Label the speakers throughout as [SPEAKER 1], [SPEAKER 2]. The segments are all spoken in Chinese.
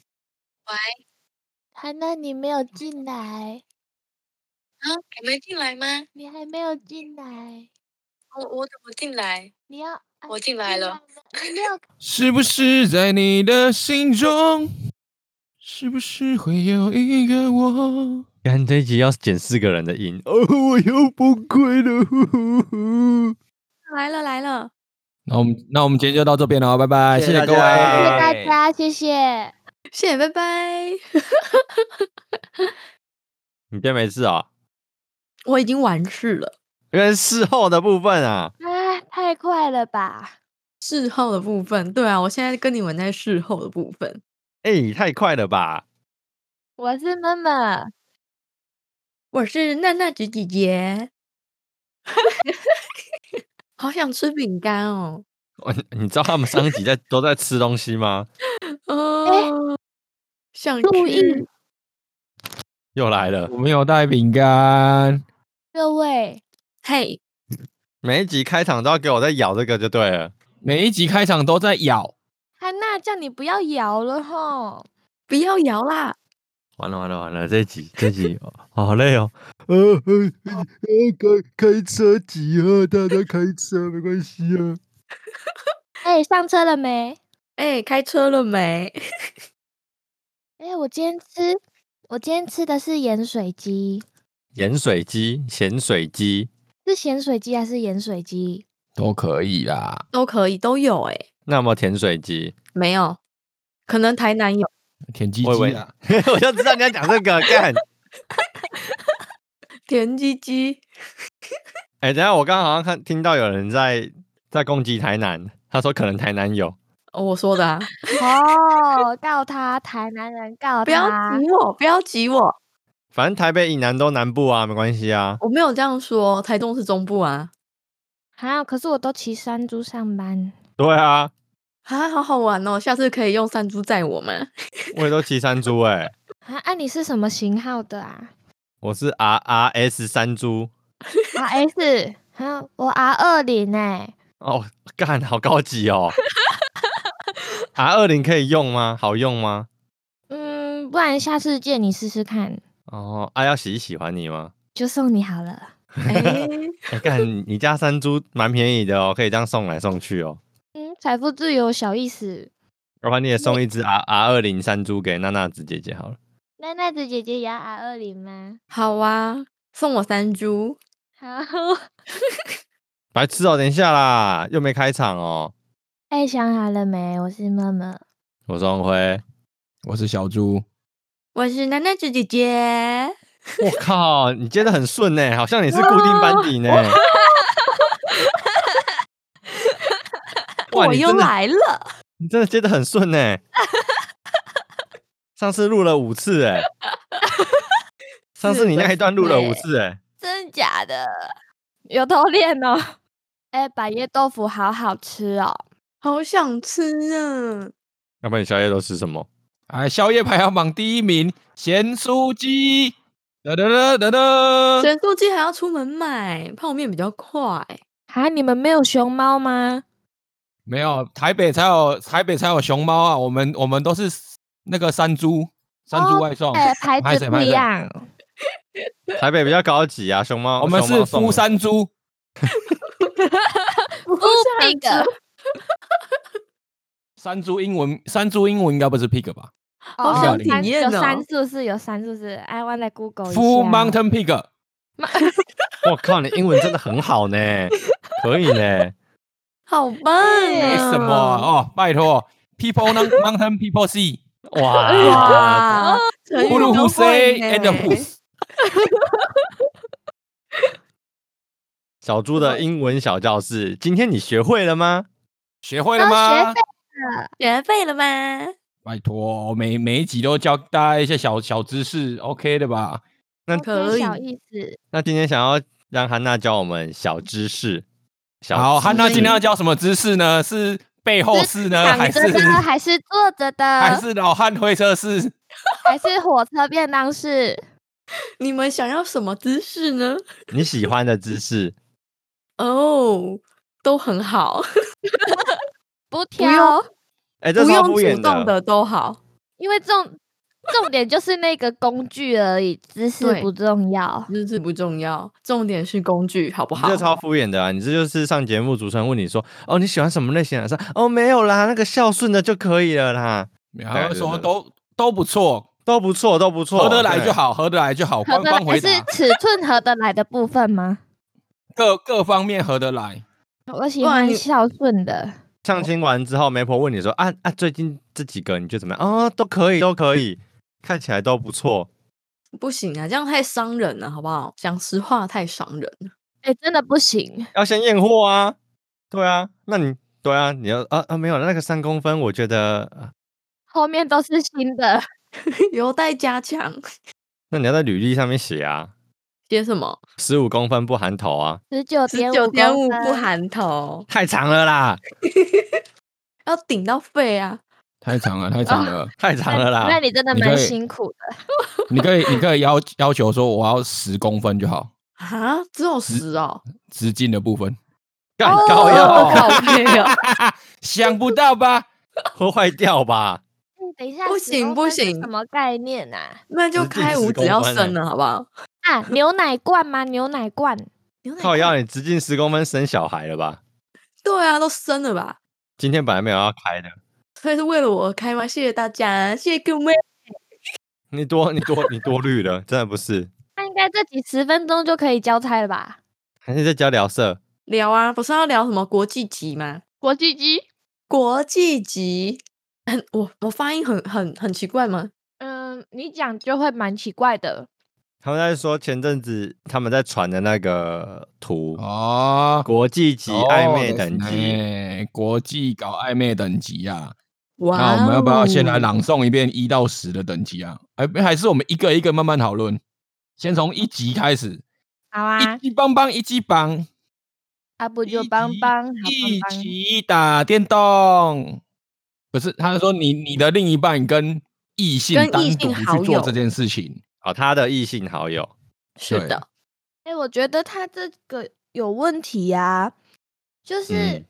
[SPEAKER 1] 喂，
[SPEAKER 2] 涵娜，啊你没有进来，
[SPEAKER 1] 啊，我没进来吗？
[SPEAKER 2] 你还没有进来，
[SPEAKER 1] 我我怎么进来？
[SPEAKER 2] 你要啊
[SPEAKER 1] 我进来了。
[SPEAKER 2] 进来了你没 有
[SPEAKER 3] 是不是在你的心中，是不是会有一个我？
[SPEAKER 4] 看这一集要剪四个人的音，哦，我要崩溃了。呼呼呼
[SPEAKER 5] 来了来了，
[SPEAKER 3] 那我们那我们今天就到这边了，拜拜，
[SPEAKER 4] 谢谢
[SPEAKER 3] 谢各位，
[SPEAKER 4] 大
[SPEAKER 2] 谢谢
[SPEAKER 4] 家
[SPEAKER 2] 大家，谢谢。
[SPEAKER 5] 谢谢，拜拜。
[SPEAKER 4] 你今天没事啊、
[SPEAKER 5] 我已经完事了，
[SPEAKER 4] 原来是事后的部分啊，
[SPEAKER 2] 啊，太快了吧！
[SPEAKER 5] 事后的部分，对啊，我现在跟你们在事后的部分。
[SPEAKER 4] 哎、太快了吧！
[SPEAKER 2] 我是妈妈，
[SPEAKER 5] 我是娜娜姐姐姐， 好想吃饼干哦。
[SPEAKER 4] 哦你你知道他们上一集在都在吃东西吗？
[SPEAKER 1] 哎
[SPEAKER 5] 哦，想
[SPEAKER 2] 录
[SPEAKER 5] 吃
[SPEAKER 2] 音
[SPEAKER 4] 又来了，
[SPEAKER 3] 我们有带饼干，
[SPEAKER 2] 各位，
[SPEAKER 5] 嘿，
[SPEAKER 4] 每一集开场都要给我在咬这个就对了。
[SPEAKER 3] 每一集开场都在咬，
[SPEAKER 2] 涵娜啊叫你不要摇了吼。
[SPEAKER 5] 不要摇啦！
[SPEAKER 4] 完了完了完了，这一集这一集哦好累哦。呃呃呃，开开车集合，大家开车没关系啊。
[SPEAKER 2] 哎、上车了没？
[SPEAKER 5] 哎、开车了没？
[SPEAKER 2] 哎、我今天吃，我今天吃的是盐水鸡，
[SPEAKER 4] 盐水鸡、咸水鸡，
[SPEAKER 2] 是咸水鸡还是盐水鸡？
[SPEAKER 3] 都可以啦。
[SPEAKER 5] 都可以，都有哎、
[SPEAKER 4] 那么甜水鸡，
[SPEAKER 5] 没有，可能台南有。
[SPEAKER 3] 舔鸡啊
[SPEAKER 4] 我以
[SPEAKER 3] 鸡
[SPEAKER 4] 为
[SPEAKER 3] 啦，
[SPEAKER 4] 我就知道你要讲这个干。
[SPEAKER 5] 田鸡鸡，
[SPEAKER 4] 哎、等一下我刚刚好像看听到有人在在攻击台南，他说可能台南有。
[SPEAKER 5] 哦我说的啊！
[SPEAKER 2] 哦，告他，台南人告
[SPEAKER 5] 不要
[SPEAKER 1] 啊
[SPEAKER 2] 他。
[SPEAKER 5] 挤我，不要挤我，
[SPEAKER 4] 反正台北以南都南部啊，没关系啊。
[SPEAKER 5] 我没有这样说。台中是中部啊，
[SPEAKER 2] 啊，可是我都骑山猪上班。
[SPEAKER 4] 对啊，
[SPEAKER 5] 啊，好好玩哦！下次可以用山猪载我吗？
[SPEAKER 4] 我也都骑山猪哎、
[SPEAKER 2] 啊，啊，你是什么型号的啊
[SPEAKER 4] 我是 R R S 山猪。
[SPEAKER 2] ？R S，啊，我 R 二零哎，
[SPEAKER 4] 哦，干，好高级哦。R 二零可以用吗？好用吗？
[SPEAKER 2] 嗯，不然下次见你试试看，
[SPEAKER 4] 哦，阿、啊、耀喜喜欢你吗？
[SPEAKER 2] 就送你好了。
[SPEAKER 5] 哎、
[SPEAKER 4] 哎、干，你家山猪蛮便宜的哦，可以这样送来送去哦。
[SPEAKER 2] 嗯，财富自由小意思。
[SPEAKER 4] 要不然你也送一只 R R 二零山猪给娜娜子姐姐好了。
[SPEAKER 2] 那奈子姐姐也要 R 二零吗？
[SPEAKER 5] 好啊，送我山猪。
[SPEAKER 2] 好，
[SPEAKER 4] 白痴哦，等一下啦，又没开场哦。
[SPEAKER 2] 哎、想好了没？我是默默。
[SPEAKER 4] 我是王辉。
[SPEAKER 3] 我是小猪，
[SPEAKER 5] 我是楠楠子姐姐，
[SPEAKER 4] 我靠，你接的很 顺呢、好像你是固定班底呢、哇，
[SPEAKER 5] 我
[SPEAKER 4] 你
[SPEAKER 5] 又
[SPEAKER 4] 真的
[SPEAKER 5] 来了。
[SPEAKER 4] 你真的接的很顺呢、 上次录了五次哎、上次你那一段录了五次哎、
[SPEAKER 5] 真的假的？
[SPEAKER 2] 有偷练哦。哎、百叶豆腐好好吃哦。
[SPEAKER 5] 好想吃啊！
[SPEAKER 4] 要不然你宵夜都吃什么？
[SPEAKER 3] 哎，宵夜排行榜第一名咸酥鸡，哒哒哒哒哒，
[SPEAKER 5] 咸酥鸡还要出门买，泡面比较快。
[SPEAKER 2] 啊，你们没有熊猫吗？
[SPEAKER 3] 没有台北才有台北才有熊猫啊，我们我们都是那个山猪，山猪
[SPEAKER 2] 哦
[SPEAKER 3] 外送，
[SPEAKER 2] 哎、牌
[SPEAKER 3] 拍
[SPEAKER 2] 子
[SPEAKER 3] 谁
[SPEAKER 2] 不
[SPEAKER 3] 拍
[SPEAKER 2] 一
[SPEAKER 3] 谁
[SPEAKER 2] 样。
[SPEAKER 4] 台北比较高级啊，熊猫。
[SPEAKER 3] 我们
[SPEAKER 4] 熊猫
[SPEAKER 3] 是
[SPEAKER 4] 送的
[SPEAKER 3] 夫山猪，
[SPEAKER 5] 不
[SPEAKER 2] 那
[SPEAKER 5] 想
[SPEAKER 2] 个
[SPEAKER 5] 吃，
[SPEAKER 3] 山猪英文山猪英文应该不是 pig 吧？
[SPEAKER 5] 好
[SPEAKER 2] 哦
[SPEAKER 3] 想
[SPEAKER 2] 有
[SPEAKER 3] 体
[SPEAKER 2] 三
[SPEAKER 5] 验
[SPEAKER 2] 有
[SPEAKER 5] 哦
[SPEAKER 2] 三是不是？有三是不是？哎，我来 Google 一下。
[SPEAKER 3] 夫 mountain pig。啊
[SPEAKER 4] 我靠，你英文真的很好 呢、可以呢、
[SPEAKER 5] 好棒、啊！
[SPEAKER 3] 为
[SPEAKER 2] 为
[SPEAKER 3] 什么啊？哦？拜托 ，People non- mountain people see，
[SPEAKER 4] 哇，
[SPEAKER 5] 哇，哎成
[SPEAKER 2] 哎
[SPEAKER 5] 语
[SPEAKER 3] 呼噜呼
[SPEAKER 5] 都
[SPEAKER 3] say
[SPEAKER 5] 会
[SPEAKER 3] and
[SPEAKER 5] 呢
[SPEAKER 3] who？
[SPEAKER 4] 小猪的英文小教室，今天你学会了吗？
[SPEAKER 3] 学会
[SPEAKER 2] 都
[SPEAKER 3] 了
[SPEAKER 2] 啊学
[SPEAKER 3] 吗
[SPEAKER 2] 费？
[SPEAKER 5] 学会了吗？
[SPEAKER 3] 拜托，每每一集都教大家一些小小知识，OK 的吧？
[SPEAKER 4] 那
[SPEAKER 2] OK，
[SPEAKER 5] 可
[SPEAKER 2] 小
[SPEAKER 5] 以
[SPEAKER 2] 意 思。
[SPEAKER 4] 那今天想要让汉娜教我们小知识，小
[SPEAKER 3] 好，
[SPEAKER 4] 知
[SPEAKER 3] 汉娜
[SPEAKER 4] 识
[SPEAKER 3] 今天要教什么知识呢？是背后式呢，
[SPEAKER 2] 躺
[SPEAKER 3] 呃还
[SPEAKER 2] 着
[SPEAKER 3] 是
[SPEAKER 2] 的还是坐着的，
[SPEAKER 3] 还是老汉推车式？
[SPEAKER 2] 还是火车便当式？
[SPEAKER 5] 你们想要什么姿势呢？
[SPEAKER 4] 你喜欢的知识，
[SPEAKER 5] 哦，都很好，
[SPEAKER 2] 不
[SPEAKER 5] 用
[SPEAKER 2] 挑，
[SPEAKER 4] 哎、这
[SPEAKER 5] 不
[SPEAKER 4] 超
[SPEAKER 5] 用
[SPEAKER 4] 敷
[SPEAKER 5] 主
[SPEAKER 4] 衍
[SPEAKER 5] 动的都好。
[SPEAKER 2] 因为重重点就是那个工具而已，姿势
[SPEAKER 5] 对
[SPEAKER 2] 不重要。
[SPEAKER 5] 日志不重要，重点是工具好不
[SPEAKER 4] 你
[SPEAKER 5] 好
[SPEAKER 4] 这？超敷衍的啊！你这就是上节目主持人问你说，哦，你喜欢什么类型的？说哦，没有啦，那个孝顺的就可以了啦，
[SPEAKER 3] 然后
[SPEAKER 4] 对
[SPEAKER 3] 说
[SPEAKER 4] 对对
[SPEAKER 3] 都都不错，
[SPEAKER 4] 都不错，都不错，
[SPEAKER 3] 合得来
[SPEAKER 4] 对
[SPEAKER 3] 就。好，合得来就好。
[SPEAKER 2] 合
[SPEAKER 3] 官
[SPEAKER 2] 得来
[SPEAKER 3] 方
[SPEAKER 2] 还
[SPEAKER 3] 回
[SPEAKER 2] 是
[SPEAKER 3] 答，
[SPEAKER 2] 尺寸合得来的部分吗？
[SPEAKER 3] 各各方面合得来。
[SPEAKER 2] 我喜
[SPEAKER 5] 不然
[SPEAKER 2] 欢
[SPEAKER 5] 你
[SPEAKER 2] 孝顺的，
[SPEAKER 4] 相亲完之后，媒婆问你说，啊啊，最近这几个你觉得怎么样？哦，都可以，都可以，看起来都不错。
[SPEAKER 5] 不行啊，这样太伤人了，好不好？讲实话，太伤人了。
[SPEAKER 2] 哎、真的不行。
[SPEAKER 4] 要先验货啊。对啊，那你对啊，你要啊啊没有那个三公分，我觉得，啊
[SPEAKER 2] 后面都是新的，
[SPEAKER 5] 有待加强。
[SPEAKER 4] 那你要在履历上面写啊，
[SPEAKER 5] 写什么？
[SPEAKER 4] 十五公分不含头啊，
[SPEAKER 2] 十九
[SPEAKER 5] 十
[SPEAKER 2] 点
[SPEAKER 5] 九
[SPEAKER 2] 五
[SPEAKER 5] 点五不含头，
[SPEAKER 4] 太长了啦，
[SPEAKER 5] 要顶到肺啊！
[SPEAKER 3] 太长了，太长
[SPEAKER 2] 哦
[SPEAKER 3] 了。
[SPEAKER 4] 太长了
[SPEAKER 2] 那
[SPEAKER 4] 啦。
[SPEAKER 2] 你真的
[SPEAKER 3] 你可
[SPEAKER 2] 蛮
[SPEAKER 3] 以
[SPEAKER 2] 辛苦的。
[SPEAKER 3] 你可以，你可以要要求说我要十公分就好，
[SPEAKER 5] 啊，只
[SPEAKER 3] 嗯
[SPEAKER 5] 有十哦，
[SPEAKER 3] 直径的部分。
[SPEAKER 4] 干
[SPEAKER 2] 哦
[SPEAKER 4] 高
[SPEAKER 5] 哦，
[SPEAKER 4] 要
[SPEAKER 5] 靠背哦，
[SPEAKER 3] 想不到吧？
[SPEAKER 4] 会坏掉吧？
[SPEAKER 2] 嗯等一下，
[SPEAKER 5] 不
[SPEAKER 2] 10
[SPEAKER 5] 行
[SPEAKER 2] 公
[SPEAKER 5] 不
[SPEAKER 2] 分是
[SPEAKER 5] 行
[SPEAKER 2] 什么概念啊？
[SPEAKER 5] 那就
[SPEAKER 4] 直径
[SPEAKER 5] 开
[SPEAKER 4] 10
[SPEAKER 5] 五
[SPEAKER 4] 公
[SPEAKER 5] 指要
[SPEAKER 4] 分欸
[SPEAKER 5] 升了，好不好？
[SPEAKER 2] 啊，牛奶罐吗？牛奶罐，
[SPEAKER 5] 牛奶
[SPEAKER 4] 靠
[SPEAKER 5] 罐
[SPEAKER 4] 要你直径十公分生小孩了吧？
[SPEAKER 5] 对啊，都升了吧？
[SPEAKER 4] 今天本来没有要开的，
[SPEAKER 5] 所以是为了我而开吗？谢谢大家，谢谢各位。
[SPEAKER 4] 你多你多你多虑了，真的不是。
[SPEAKER 2] 那应该这几十分钟就可以交差了吧？
[SPEAKER 4] 还是在教聊色，
[SPEAKER 5] 聊啊，不是要聊什么国际级吗？
[SPEAKER 2] 国际机，
[SPEAKER 5] 国际级，很我我发音很很很奇怪吗？
[SPEAKER 2] 嗯，你讲就会蛮奇怪的。
[SPEAKER 4] 他们在说前阵子他们在传的那个图，
[SPEAKER 3] 哦，
[SPEAKER 4] 国际级暧昧等级，
[SPEAKER 3] 哎，国际搞暧昧等级啊。
[SPEAKER 5] 哇
[SPEAKER 3] 那我们要不要先来
[SPEAKER 5] 哦
[SPEAKER 3] 朗诵一遍一到十的等级啊？哎，还是我们一个一个慢慢讨论，先从一级开始，
[SPEAKER 2] 好
[SPEAKER 3] 一
[SPEAKER 2] 啊，
[SPEAKER 3] 级帮帮一级帮，
[SPEAKER 2] 啊不就
[SPEAKER 3] 一
[SPEAKER 2] 帮
[SPEAKER 3] 级
[SPEAKER 2] 帮好
[SPEAKER 3] 一
[SPEAKER 2] 帮帮，
[SPEAKER 3] 起打电动。不是，他是说你你的另一半跟异性
[SPEAKER 5] 跟
[SPEAKER 3] 单
[SPEAKER 5] 异性
[SPEAKER 3] 独
[SPEAKER 5] 好
[SPEAKER 3] 去
[SPEAKER 5] 友
[SPEAKER 3] 做这件事情，
[SPEAKER 4] 哦，他的异性好友，
[SPEAKER 5] 是
[SPEAKER 3] 对
[SPEAKER 5] 的，
[SPEAKER 2] 哎、我觉得他这个有问题呀、就是
[SPEAKER 4] 嗯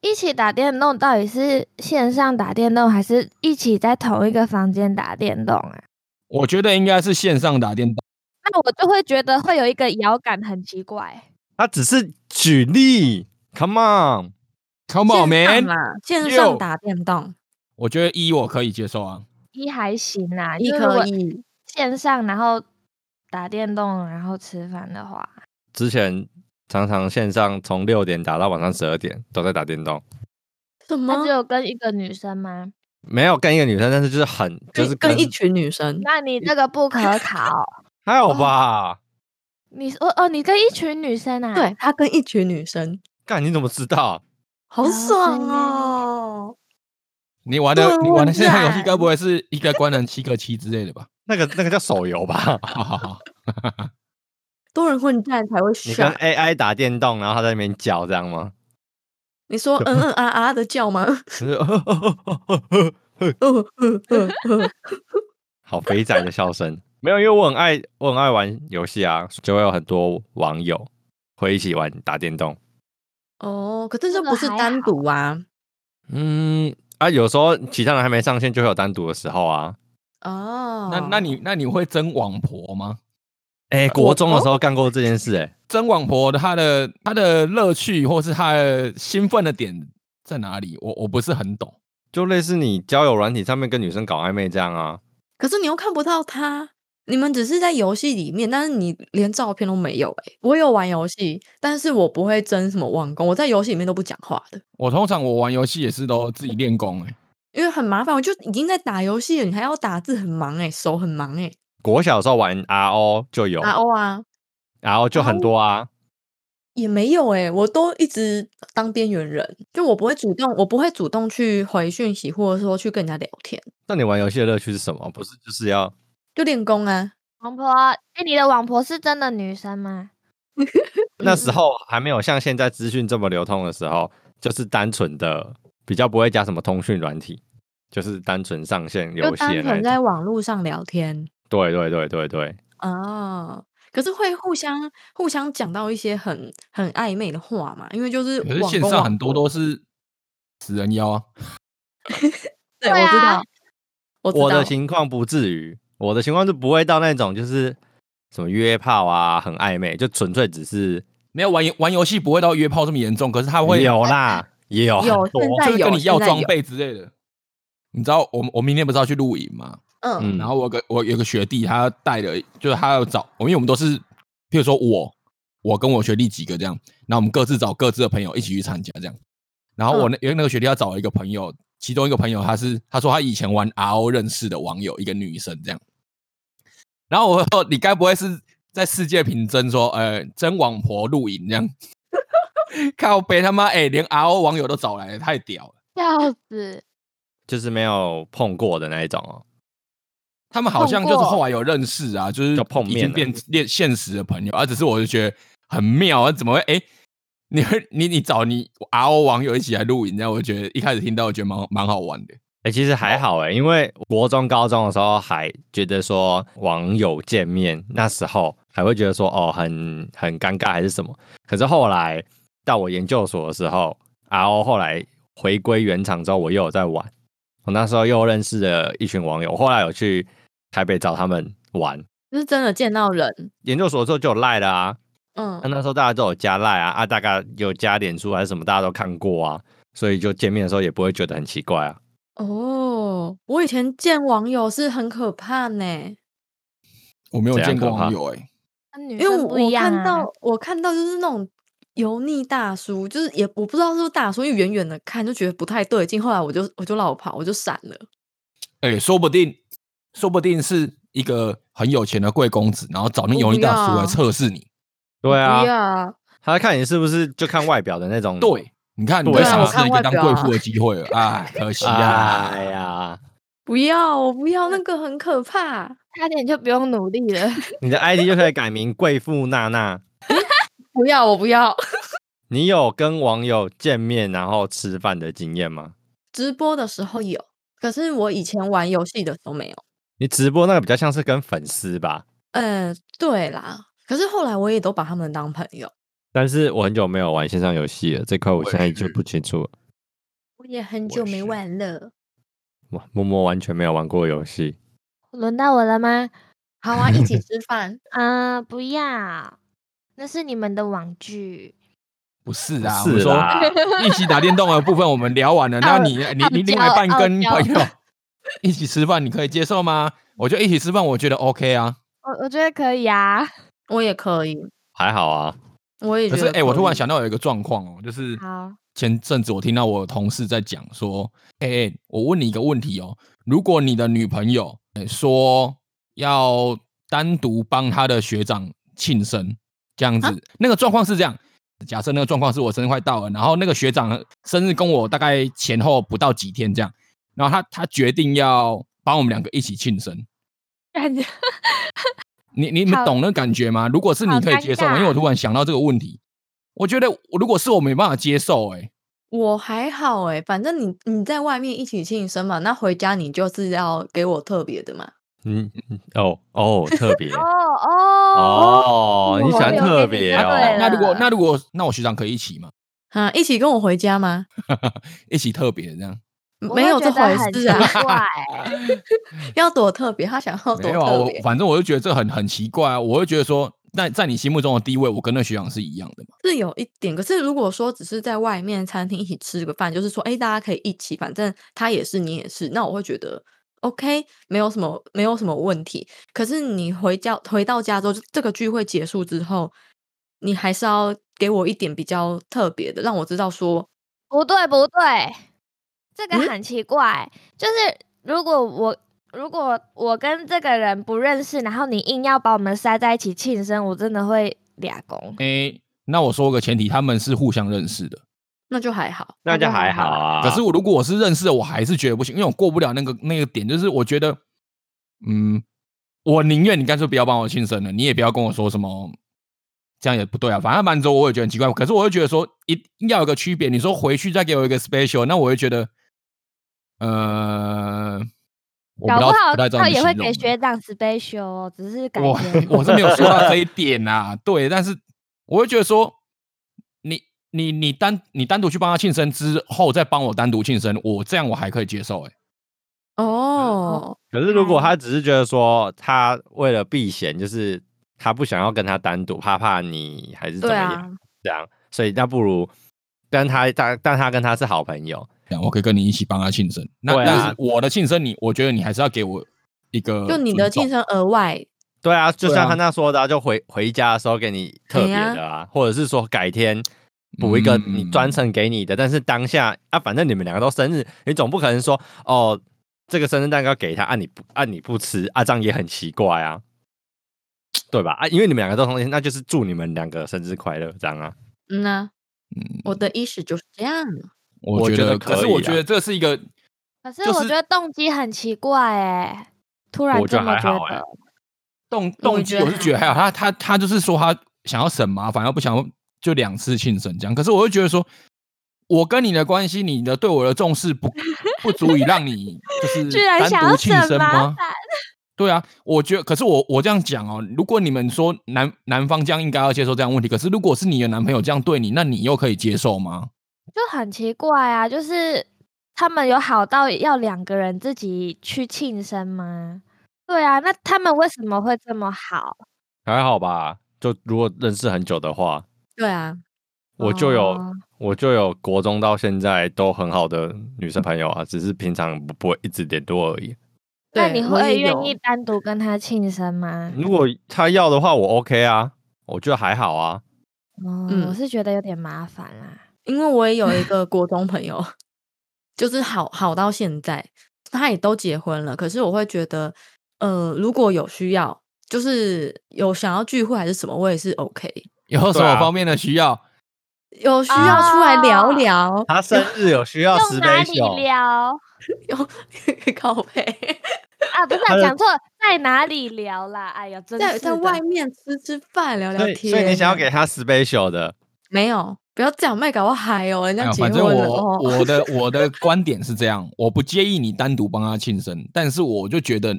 [SPEAKER 2] 一起打电动，到底是线上打电动，还是一起在同一个房间打电动啊？
[SPEAKER 3] 我觉得应该是线上打电动。
[SPEAKER 2] 那我就会觉得会有一个遥感，很奇怪。
[SPEAKER 4] 他只是举例，Come on，
[SPEAKER 3] Come
[SPEAKER 5] 线上
[SPEAKER 3] on man，
[SPEAKER 5] 啦，啊线
[SPEAKER 3] 哟
[SPEAKER 5] 上打电动
[SPEAKER 3] 我觉得一我可以接受啊，
[SPEAKER 2] 一还行啊，
[SPEAKER 5] 也
[SPEAKER 2] 就是如
[SPEAKER 5] 可
[SPEAKER 2] 果
[SPEAKER 5] 以。
[SPEAKER 2] 线上，然后打电动，然后吃饭的话，
[SPEAKER 4] 之前常常线上从六点打到晚上十二点都在打电动，
[SPEAKER 2] 他
[SPEAKER 5] 什么
[SPEAKER 2] 只？有跟一个女生吗？
[SPEAKER 4] 没有跟一个女生，但是就是很就是
[SPEAKER 5] 跟跟一群女生，
[SPEAKER 2] 那你这个不可 考。
[SPEAKER 4] 还好吧？
[SPEAKER 2] 你哦哦，你跟一群女生啊？
[SPEAKER 5] 对，他跟一群女生，
[SPEAKER 4] 干、你怎么知道？
[SPEAKER 5] 好
[SPEAKER 2] 哦
[SPEAKER 5] 爽
[SPEAKER 2] 所以
[SPEAKER 5] 哦！
[SPEAKER 3] 你玩的
[SPEAKER 5] 对啊
[SPEAKER 3] 你玩的
[SPEAKER 5] 我
[SPEAKER 3] 线上游
[SPEAKER 5] 在
[SPEAKER 3] 戏该不会是一个官人七个七之类的吧？
[SPEAKER 4] 那个那个叫手游吧？
[SPEAKER 3] 好好好，
[SPEAKER 5] 多人混战才会
[SPEAKER 4] 你跟
[SPEAKER 5] 爽。
[SPEAKER 4] AI 打电动，然后他在那边叫这样吗？
[SPEAKER 5] 你说嗯嗯啊啊的叫吗？
[SPEAKER 4] 就是 哦哦哦哦哦哦
[SPEAKER 5] 嗯嗯嗯嗯，
[SPEAKER 4] 好肥仔的笑声。没有，因为我很爱我很爱玩游戏啊，就会有很多网友会一起玩打电动。
[SPEAKER 5] 哦，可是
[SPEAKER 2] 这
[SPEAKER 5] 这
[SPEAKER 2] 个
[SPEAKER 5] 不是
[SPEAKER 2] 还
[SPEAKER 5] 单
[SPEAKER 2] 好
[SPEAKER 5] 独啊。
[SPEAKER 4] 嗯啊，有时候其他人还没上线，就会有单独的时候啊。
[SPEAKER 5] 哦，
[SPEAKER 3] 那那你那你会争网婆吗？
[SPEAKER 4] 哎、国中的时候干过这件事、哎，
[SPEAKER 3] 争网婆的她的她的乐趣或是她的兴奋的点在哪里？我我不是很懂。
[SPEAKER 4] 就类似你交友软体上面跟女生搞暧昧这样啊。
[SPEAKER 5] 可是你又看不到他，你们只是在游戏里面，但是你连照片都没有、欸。我有玩游戏，但是我不会争什么网工，我在游戏里面都不讲话的，
[SPEAKER 3] 我通常我玩游戏也是都自己练功哎、
[SPEAKER 5] 因为很麻烦。我就已经在打游戏了，你还要打字，很忙哎、手很忙哎、
[SPEAKER 4] 国小的时候玩 RO 就有
[SPEAKER 5] 打 O 啊
[SPEAKER 4] ，RO 就很多
[SPEAKER 5] 哦
[SPEAKER 4] 啊。
[SPEAKER 5] 也没有哎、我都一直当边缘人，就我不会主动，我不会主动去回讯息，或者说去跟人家聊天，
[SPEAKER 4] 那你玩游戏的乐趣是什么？不是就是要
[SPEAKER 5] 就练功啊。
[SPEAKER 2] 王婆，哎、你的王婆是真的女生吗？
[SPEAKER 5] 嗯
[SPEAKER 4] 那时候还没有像现在资讯这么流通的时候，就是单纯的比较不会加什么通讯软体，就是单纯上线
[SPEAKER 5] 就
[SPEAKER 4] 游戏
[SPEAKER 5] 单
[SPEAKER 4] 的那
[SPEAKER 5] 纯
[SPEAKER 4] 一
[SPEAKER 5] 在
[SPEAKER 4] 种。
[SPEAKER 5] 网络上聊天，
[SPEAKER 4] 对对对对对，
[SPEAKER 5] 哦，可是会互相互相讲到一些很很暧昧的话嘛，因为就是
[SPEAKER 3] 可是
[SPEAKER 5] 网
[SPEAKER 3] 线
[SPEAKER 5] 公
[SPEAKER 3] 上
[SPEAKER 5] 网
[SPEAKER 3] 很多
[SPEAKER 5] 婆
[SPEAKER 3] 都是死人妖啊。
[SPEAKER 5] 对，
[SPEAKER 2] 对
[SPEAKER 5] 我知
[SPEAKER 2] 啊
[SPEAKER 5] 道，我知
[SPEAKER 4] 我
[SPEAKER 5] 道
[SPEAKER 4] 的情况不至于，我的情况是不会到那种就是什么约炮啊，很暧昧，就纯粹只是
[SPEAKER 3] 没有玩游玩游戏不会到约炮这么严重，可是他会
[SPEAKER 4] 有啦，也有很
[SPEAKER 5] 啊 有
[SPEAKER 4] 多
[SPEAKER 5] 现在
[SPEAKER 3] 就是跟你要
[SPEAKER 5] 现在有
[SPEAKER 3] 装备之类的。你知道我们我明天不是要去露营吗？
[SPEAKER 5] 嗯
[SPEAKER 4] 嗯
[SPEAKER 3] 然后我有个我有个学弟，他带了，就是他要找，因为我们都是，譬如说我我跟我学弟几个这样，然后我们各自找各自的朋友一起去参加这样。然后我那因为那个学弟要找一个朋友，其中一个朋友他是他说他以前玩 RO 认识的网友，一个女生这样。然后我说你该不会是在世界评真说，呃，真网婆露营这样？ 靠北他妈哎、连 RO 网友都找来了，太屌了。
[SPEAKER 2] 笑死！
[SPEAKER 4] 就是没有碰过的那一种哦。
[SPEAKER 3] 他们好像就是
[SPEAKER 2] 碰过
[SPEAKER 3] 后来有认识啊，就是
[SPEAKER 4] 就碰
[SPEAKER 3] 已
[SPEAKER 4] 面
[SPEAKER 3] 经
[SPEAKER 4] 了
[SPEAKER 3] 变变现实的朋友啊。只是我就觉得很妙啊，怎么会哎、你会你你找你 RO 网友一起来录影，然后我就觉得一开始听到我觉得蛮蛮好玩的。
[SPEAKER 4] 哎、其实还好哎、因为国中、高中的时候还觉得说网友见面，那时候还会觉得说哦很很尴尬还是什么。可是后来到我研究所的时候，RO 后来回归原厂之后，我又有在玩。我那时候又认识了一群网友，我后来有去台北找他们玩。
[SPEAKER 5] 就是真的见到人，
[SPEAKER 4] 研究所之后就有赖了啊，
[SPEAKER 5] 嗯
[SPEAKER 4] 那那时候大家都有加赖啊，啊大概有加脸书还是什么，大家都看过啊，所以就见面的时候也不会觉得很奇怪啊。
[SPEAKER 5] 哦，我以前见网友是很可怕呢，
[SPEAKER 3] 我没有
[SPEAKER 4] 怎样
[SPEAKER 3] 见过
[SPEAKER 4] 可怕
[SPEAKER 3] 网友哎、
[SPEAKER 2] 因
[SPEAKER 5] 因为我我看
[SPEAKER 2] 啊
[SPEAKER 5] 到我看到就是那种油腻大叔，就是也我不知道是不是大叔，因为远远的看就觉得不太对劲，后来我就我就绕跑，我就闪了。
[SPEAKER 3] 哎、说不定说不定是一个很有钱的贵公子，然后找那
[SPEAKER 5] 我
[SPEAKER 3] 油腻
[SPEAKER 5] 不要
[SPEAKER 3] 大叔来
[SPEAKER 5] 啊
[SPEAKER 3] 测试你。
[SPEAKER 4] 对啊，
[SPEAKER 5] 不要啊，
[SPEAKER 4] 他看你是不是就看外表的那种？
[SPEAKER 3] 对，你看你
[SPEAKER 4] 对
[SPEAKER 3] 被
[SPEAKER 4] 啊
[SPEAKER 3] 傻
[SPEAKER 4] 我
[SPEAKER 3] 失
[SPEAKER 5] 看
[SPEAKER 3] 了一
[SPEAKER 5] 外
[SPEAKER 3] 个当
[SPEAKER 5] 表
[SPEAKER 3] 贵
[SPEAKER 5] 啊
[SPEAKER 3] 妇的机会 了，哎，可惜啊。
[SPEAKER 4] 哎呀，
[SPEAKER 5] 不要，我不要，那个很可怕。
[SPEAKER 2] 差点就不用努力了。
[SPEAKER 4] 你的 ID 就可以改名贵妇娜娜。
[SPEAKER 5] 不要，我不要。
[SPEAKER 4] 你有跟网友见面然后吃饭的经验吗？
[SPEAKER 5] 直播的时候有，可是我以前玩游戏的时候没有。
[SPEAKER 4] 你直播那个比较像是跟粉丝吧，
[SPEAKER 5] 嗯，对啦，可是后来我也都把他们当朋友，
[SPEAKER 4] 但是我很久没有玩线上游戏了，这块我
[SPEAKER 3] 我也
[SPEAKER 4] 现在就是不清楚了。
[SPEAKER 5] 我也很
[SPEAKER 3] 我久没是
[SPEAKER 5] 玩了。
[SPEAKER 4] 哇，默默完全没有玩过游戏。
[SPEAKER 2] 轮到我了吗？
[SPEAKER 5] 好啊，一起吃饭。
[SPEAKER 2] 啊、不要，那是你们的网剧。
[SPEAKER 3] 不是
[SPEAKER 4] 不
[SPEAKER 3] 啊，我
[SPEAKER 4] 是
[SPEAKER 3] 们说
[SPEAKER 4] 啦，
[SPEAKER 3] 一起打电动的部分我们聊完了，
[SPEAKER 2] 傲
[SPEAKER 3] 那你你
[SPEAKER 2] 傲
[SPEAKER 3] 你另外一
[SPEAKER 2] 娇
[SPEAKER 3] 半
[SPEAKER 2] 傲
[SPEAKER 3] 跟
[SPEAKER 2] 娇
[SPEAKER 3] 朋友 一起吃饭，你可以接受吗？我觉得一起吃饭，我觉得 OK 啊。
[SPEAKER 2] 我我觉得可以啊。
[SPEAKER 5] 我也可以，
[SPEAKER 4] 还好啊，
[SPEAKER 5] 我也
[SPEAKER 3] 可
[SPEAKER 5] 觉
[SPEAKER 3] 是
[SPEAKER 5] 得。
[SPEAKER 3] 哎、我突然想，到有一个状况哦，就是
[SPEAKER 2] 好，
[SPEAKER 3] 前阵子我听到我同事在讲说，哎、哎我问你一个问题哦，如果你的女朋友哎说要单独帮她的学长庆生，这样子，
[SPEAKER 2] 啊
[SPEAKER 3] 那个状况是这样。假设那个状况是我生日快到了，然后那个学长生日跟我大概前后不到几天这样，然后他他决定要帮我们两个一起庆生，
[SPEAKER 2] 感觉
[SPEAKER 3] 你你们
[SPEAKER 2] 好
[SPEAKER 3] 懂那感觉吗？如果是你
[SPEAKER 2] 好
[SPEAKER 3] 可以
[SPEAKER 2] 尴
[SPEAKER 3] 接受吗，因为我突然想到这个问题，我觉得我如果是我没办法接受、欸，
[SPEAKER 5] 我还好哎、反正你你在外面一起庆生嘛，那回家你就是要给我特别的嘛。
[SPEAKER 4] 嗯，哦哦，特别
[SPEAKER 2] 哦哦
[SPEAKER 4] 哦，你喜欢
[SPEAKER 2] 我有
[SPEAKER 4] 特
[SPEAKER 2] 给你
[SPEAKER 4] 别
[SPEAKER 2] 答
[SPEAKER 4] 哦，
[SPEAKER 2] 对了
[SPEAKER 3] 那如果那如果那我学长可以一起吗？
[SPEAKER 5] 啊，一起跟我回家吗？
[SPEAKER 3] 一起特别这样？
[SPEAKER 2] 我
[SPEAKER 5] 没
[SPEAKER 2] 会
[SPEAKER 5] 有
[SPEAKER 2] 觉
[SPEAKER 5] 这
[SPEAKER 2] 得
[SPEAKER 5] 回
[SPEAKER 2] 很
[SPEAKER 5] 事 啊，
[SPEAKER 2] 奇怪
[SPEAKER 5] 要多特别，他想要多
[SPEAKER 3] 没有啊，
[SPEAKER 5] 哦特
[SPEAKER 3] 我
[SPEAKER 5] 别，
[SPEAKER 3] 反正我就觉得这很很奇怪啊，我会觉得说，在在你心目中的地位，我跟那学长是一样的嘛？
[SPEAKER 5] 是有一点。可是如果说只是在外面餐厅一起吃个饭，就是说，哎，大家可以一起，反正他也是，你也是，那我会觉得 OK，没有什么，没有什么问题。可是你回家回到家之后，就这个聚会结束之后，你还是要给我一点比较特别的，让我知道说，
[SPEAKER 2] 不对不对，这个
[SPEAKER 5] 嗯
[SPEAKER 2] 很奇怪。就是如果我如果我跟这个人不认识，然后你硬要把我们塞在一起庆生，我真的会俩公。
[SPEAKER 3] 诶、那我说个前提，他们是互相认识的。
[SPEAKER 5] 那就还好。
[SPEAKER 4] 那就还好
[SPEAKER 2] 那就
[SPEAKER 4] 啊。
[SPEAKER 3] 可是我如果我是认识的，我还是觉得不行，因为我过不了那个那个点，就是我觉得，嗯，我宁愿你干脆不要帮我庆生了，你也不要跟我说什么，这样也不对啊。反正满洲我也觉得很奇怪，可是我会觉得说一定要有个区别。你说回去再给我一个 special，那我会觉得，呃，我
[SPEAKER 2] 搞
[SPEAKER 3] 不
[SPEAKER 2] 不
[SPEAKER 3] 知道
[SPEAKER 2] 好
[SPEAKER 3] 不太知道
[SPEAKER 2] 他
[SPEAKER 3] 怎么
[SPEAKER 2] 也会
[SPEAKER 3] 形容欸
[SPEAKER 2] 给学长 special，哦只是感
[SPEAKER 3] 我
[SPEAKER 2] 觉
[SPEAKER 3] 我是没有说到 这一点呐、啊对，但是我会觉得说，你你你单你单独去帮他庆生之后，再帮我单独庆生，我这样我还可以接受、欸，
[SPEAKER 5] 哦，
[SPEAKER 4] 可是如果他只是觉得说他为了避嫌，就是他不想要跟他单独，怕怕你还是怎
[SPEAKER 5] 对
[SPEAKER 4] 么
[SPEAKER 5] 啊
[SPEAKER 4] 样，，这样，所以那不如，但他他但他跟他是好朋友，
[SPEAKER 3] 这样我可以跟你一起帮他庆生。那、
[SPEAKER 4] 对啊
[SPEAKER 3] 但是我的庆生你，我觉得你还是要给我一个
[SPEAKER 5] 就你的
[SPEAKER 3] 嗯呃尊重
[SPEAKER 5] 晋升额外
[SPEAKER 4] 对啊，就
[SPEAKER 3] 对
[SPEAKER 4] 像
[SPEAKER 3] 啊
[SPEAKER 4] 他那说的啊、就回回家的时候给你特别
[SPEAKER 5] 哎
[SPEAKER 4] 的啊，或者是说改天补一个你
[SPEAKER 3] 嗯
[SPEAKER 4] 专程给你的，但是当下啊，反正你们两个都生日，你总不可能说哦，这个生日蛋糕给他，啊你不啊你不吃，啊这样也很奇怪啊，对吧？啊，因为你们两个都同天，那就是祝你们两个生日快乐，这样啊。
[SPEAKER 5] 嗯呐、
[SPEAKER 3] 嗯
[SPEAKER 5] 我的意识就是这样。
[SPEAKER 3] 我
[SPEAKER 4] 我
[SPEAKER 3] 觉
[SPEAKER 4] 觉得
[SPEAKER 3] 可
[SPEAKER 4] 可
[SPEAKER 3] 是
[SPEAKER 4] 以啊
[SPEAKER 3] 我
[SPEAKER 4] 啦
[SPEAKER 3] 觉得这是一个
[SPEAKER 2] 可是
[SPEAKER 3] 就
[SPEAKER 2] 我
[SPEAKER 3] 是
[SPEAKER 2] 觉得动机很奇怪哎、突然
[SPEAKER 4] 我觉
[SPEAKER 2] 这
[SPEAKER 4] 得
[SPEAKER 2] 么
[SPEAKER 4] 还
[SPEAKER 2] 觉
[SPEAKER 4] 好欸
[SPEAKER 2] 得，
[SPEAKER 3] 动动机，
[SPEAKER 5] 觉得
[SPEAKER 3] 我是觉得还好。他他他就是说他想要省麻烦，又不想要就两次庆生这样。可是我又觉得说，我跟你的关系，你的对我的重视不不足以让你 就是
[SPEAKER 2] 居然
[SPEAKER 3] 单
[SPEAKER 2] 想要
[SPEAKER 3] 独庆
[SPEAKER 2] 省
[SPEAKER 3] 生
[SPEAKER 2] 麻
[SPEAKER 3] 吗
[SPEAKER 2] 烦？，
[SPEAKER 3] 对啊，我觉得，可是我我这样讲哦，如果你们说男男方这样应该要接受这样的问题，可是如果是你的男朋友这样对你，那你又可以接受吗？
[SPEAKER 2] 就很奇怪啊！就是他们有好到要两个人自己去庆生吗？对啊，那他们为什么会这么好？
[SPEAKER 4] 还好吧，就如果认识很久的话，
[SPEAKER 5] 对啊，
[SPEAKER 4] 我就有、
[SPEAKER 2] 哦
[SPEAKER 4] 我就有国中到现在都很好的女生朋友啊，只是平常不不会一直联络而已。
[SPEAKER 2] 那
[SPEAKER 5] 对
[SPEAKER 2] 你
[SPEAKER 5] 我
[SPEAKER 2] 会
[SPEAKER 5] 也有
[SPEAKER 2] 愿意单独跟他庆生吗？
[SPEAKER 4] 如果他要的话，我 OK 啊，我觉得还好啊。
[SPEAKER 2] 哦，
[SPEAKER 5] 嗯
[SPEAKER 2] 我是觉得有点麻烦啦。
[SPEAKER 5] 因为我也 有一个国中朋友，就是好好到现在，他也都结婚了。可是我会觉得，呃，如果有需要，就是有想要聚会还是什么，我也是 OK。
[SPEAKER 3] 有什
[SPEAKER 4] 对啊
[SPEAKER 3] 么方面的需要？
[SPEAKER 5] 有需要出来聊
[SPEAKER 2] 哦
[SPEAKER 5] 聊，
[SPEAKER 4] 他生日有需要
[SPEAKER 2] 用
[SPEAKER 4] 十
[SPEAKER 2] 哪
[SPEAKER 4] 杯
[SPEAKER 2] 里
[SPEAKER 4] 酒，
[SPEAKER 2] 聊
[SPEAKER 5] 有靠背，
[SPEAKER 2] 啊？不是
[SPEAKER 4] 他
[SPEAKER 2] 啊、
[SPEAKER 4] 的
[SPEAKER 2] 讲错，在哪里聊啦？哎呀，真
[SPEAKER 5] 在
[SPEAKER 2] 是
[SPEAKER 5] 在
[SPEAKER 2] 的
[SPEAKER 5] 外面吃吃饭聊聊
[SPEAKER 4] 所以
[SPEAKER 5] 天。啊
[SPEAKER 4] 所以你想要给他十杯酒的，
[SPEAKER 5] 没有？不要这样，麦搞我嗨哦，人家
[SPEAKER 3] 哎呦
[SPEAKER 5] 结
[SPEAKER 3] 反
[SPEAKER 5] 婚
[SPEAKER 3] 正
[SPEAKER 5] 了
[SPEAKER 3] 我
[SPEAKER 5] 哦。
[SPEAKER 3] 我的我的观点是这样，我不介意你单独帮他庆生，但是我就觉得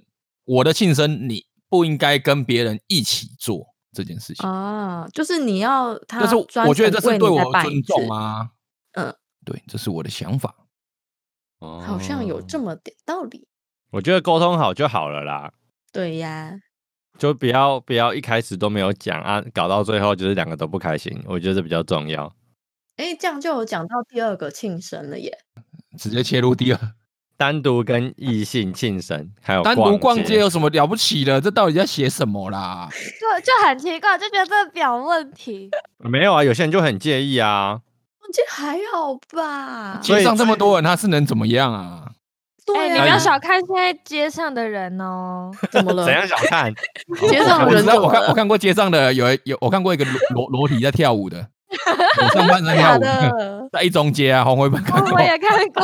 [SPEAKER 3] 我的庆生你不应该跟别人一起做这件事情，
[SPEAKER 5] 啊，就是你要他
[SPEAKER 3] 但是
[SPEAKER 5] 专程为你再办一次，
[SPEAKER 3] 我觉得这是对我的尊重啊。
[SPEAKER 5] 嗯，
[SPEAKER 3] 对，这是我的想法。
[SPEAKER 5] 好像有这
[SPEAKER 4] 么，
[SPEAKER 5] 么点道理。
[SPEAKER 4] 哦我觉得沟通好就好了啦，
[SPEAKER 5] 对呀，
[SPEAKER 4] 就不要不要一开始都没有讲啊，搞到最后就是两个都不开心，我觉得这比较重要。
[SPEAKER 5] 哎，这样就有讲到第二个庆生了耶。
[SPEAKER 3] 直接切入第二，
[SPEAKER 4] 单独跟异性庆生，还有
[SPEAKER 3] 单独逛街
[SPEAKER 4] 街，
[SPEAKER 3] 有什么了不起的？这到底在写什么啦？
[SPEAKER 2] 就就很奇怪，就觉得这个表问题。
[SPEAKER 4] 没有啊？有些人就很介意啊，
[SPEAKER 5] 逛街还好吧？
[SPEAKER 4] 所以
[SPEAKER 3] 街上这么多人，他是能怎么样啊？
[SPEAKER 2] 哎、
[SPEAKER 5] 对
[SPEAKER 2] 你不
[SPEAKER 5] 呀
[SPEAKER 2] 要，小看现在街上的人哦。
[SPEAKER 5] 怎么了
[SPEAKER 4] 怎？样想 看？哦
[SPEAKER 5] 街上
[SPEAKER 3] 我
[SPEAKER 5] 人
[SPEAKER 3] 知道，
[SPEAKER 5] 怎
[SPEAKER 3] 我
[SPEAKER 5] 么
[SPEAKER 3] 看我
[SPEAKER 5] 了？
[SPEAKER 3] 看过街上的有有，我看过一个裸裸裸体在跳舞的，裸上半身
[SPEAKER 5] 假
[SPEAKER 3] 跳舞的，
[SPEAKER 5] 的，
[SPEAKER 3] 在一中街啊，红灰本
[SPEAKER 2] 哦
[SPEAKER 3] 看过
[SPEAKER 2] 我。也看过，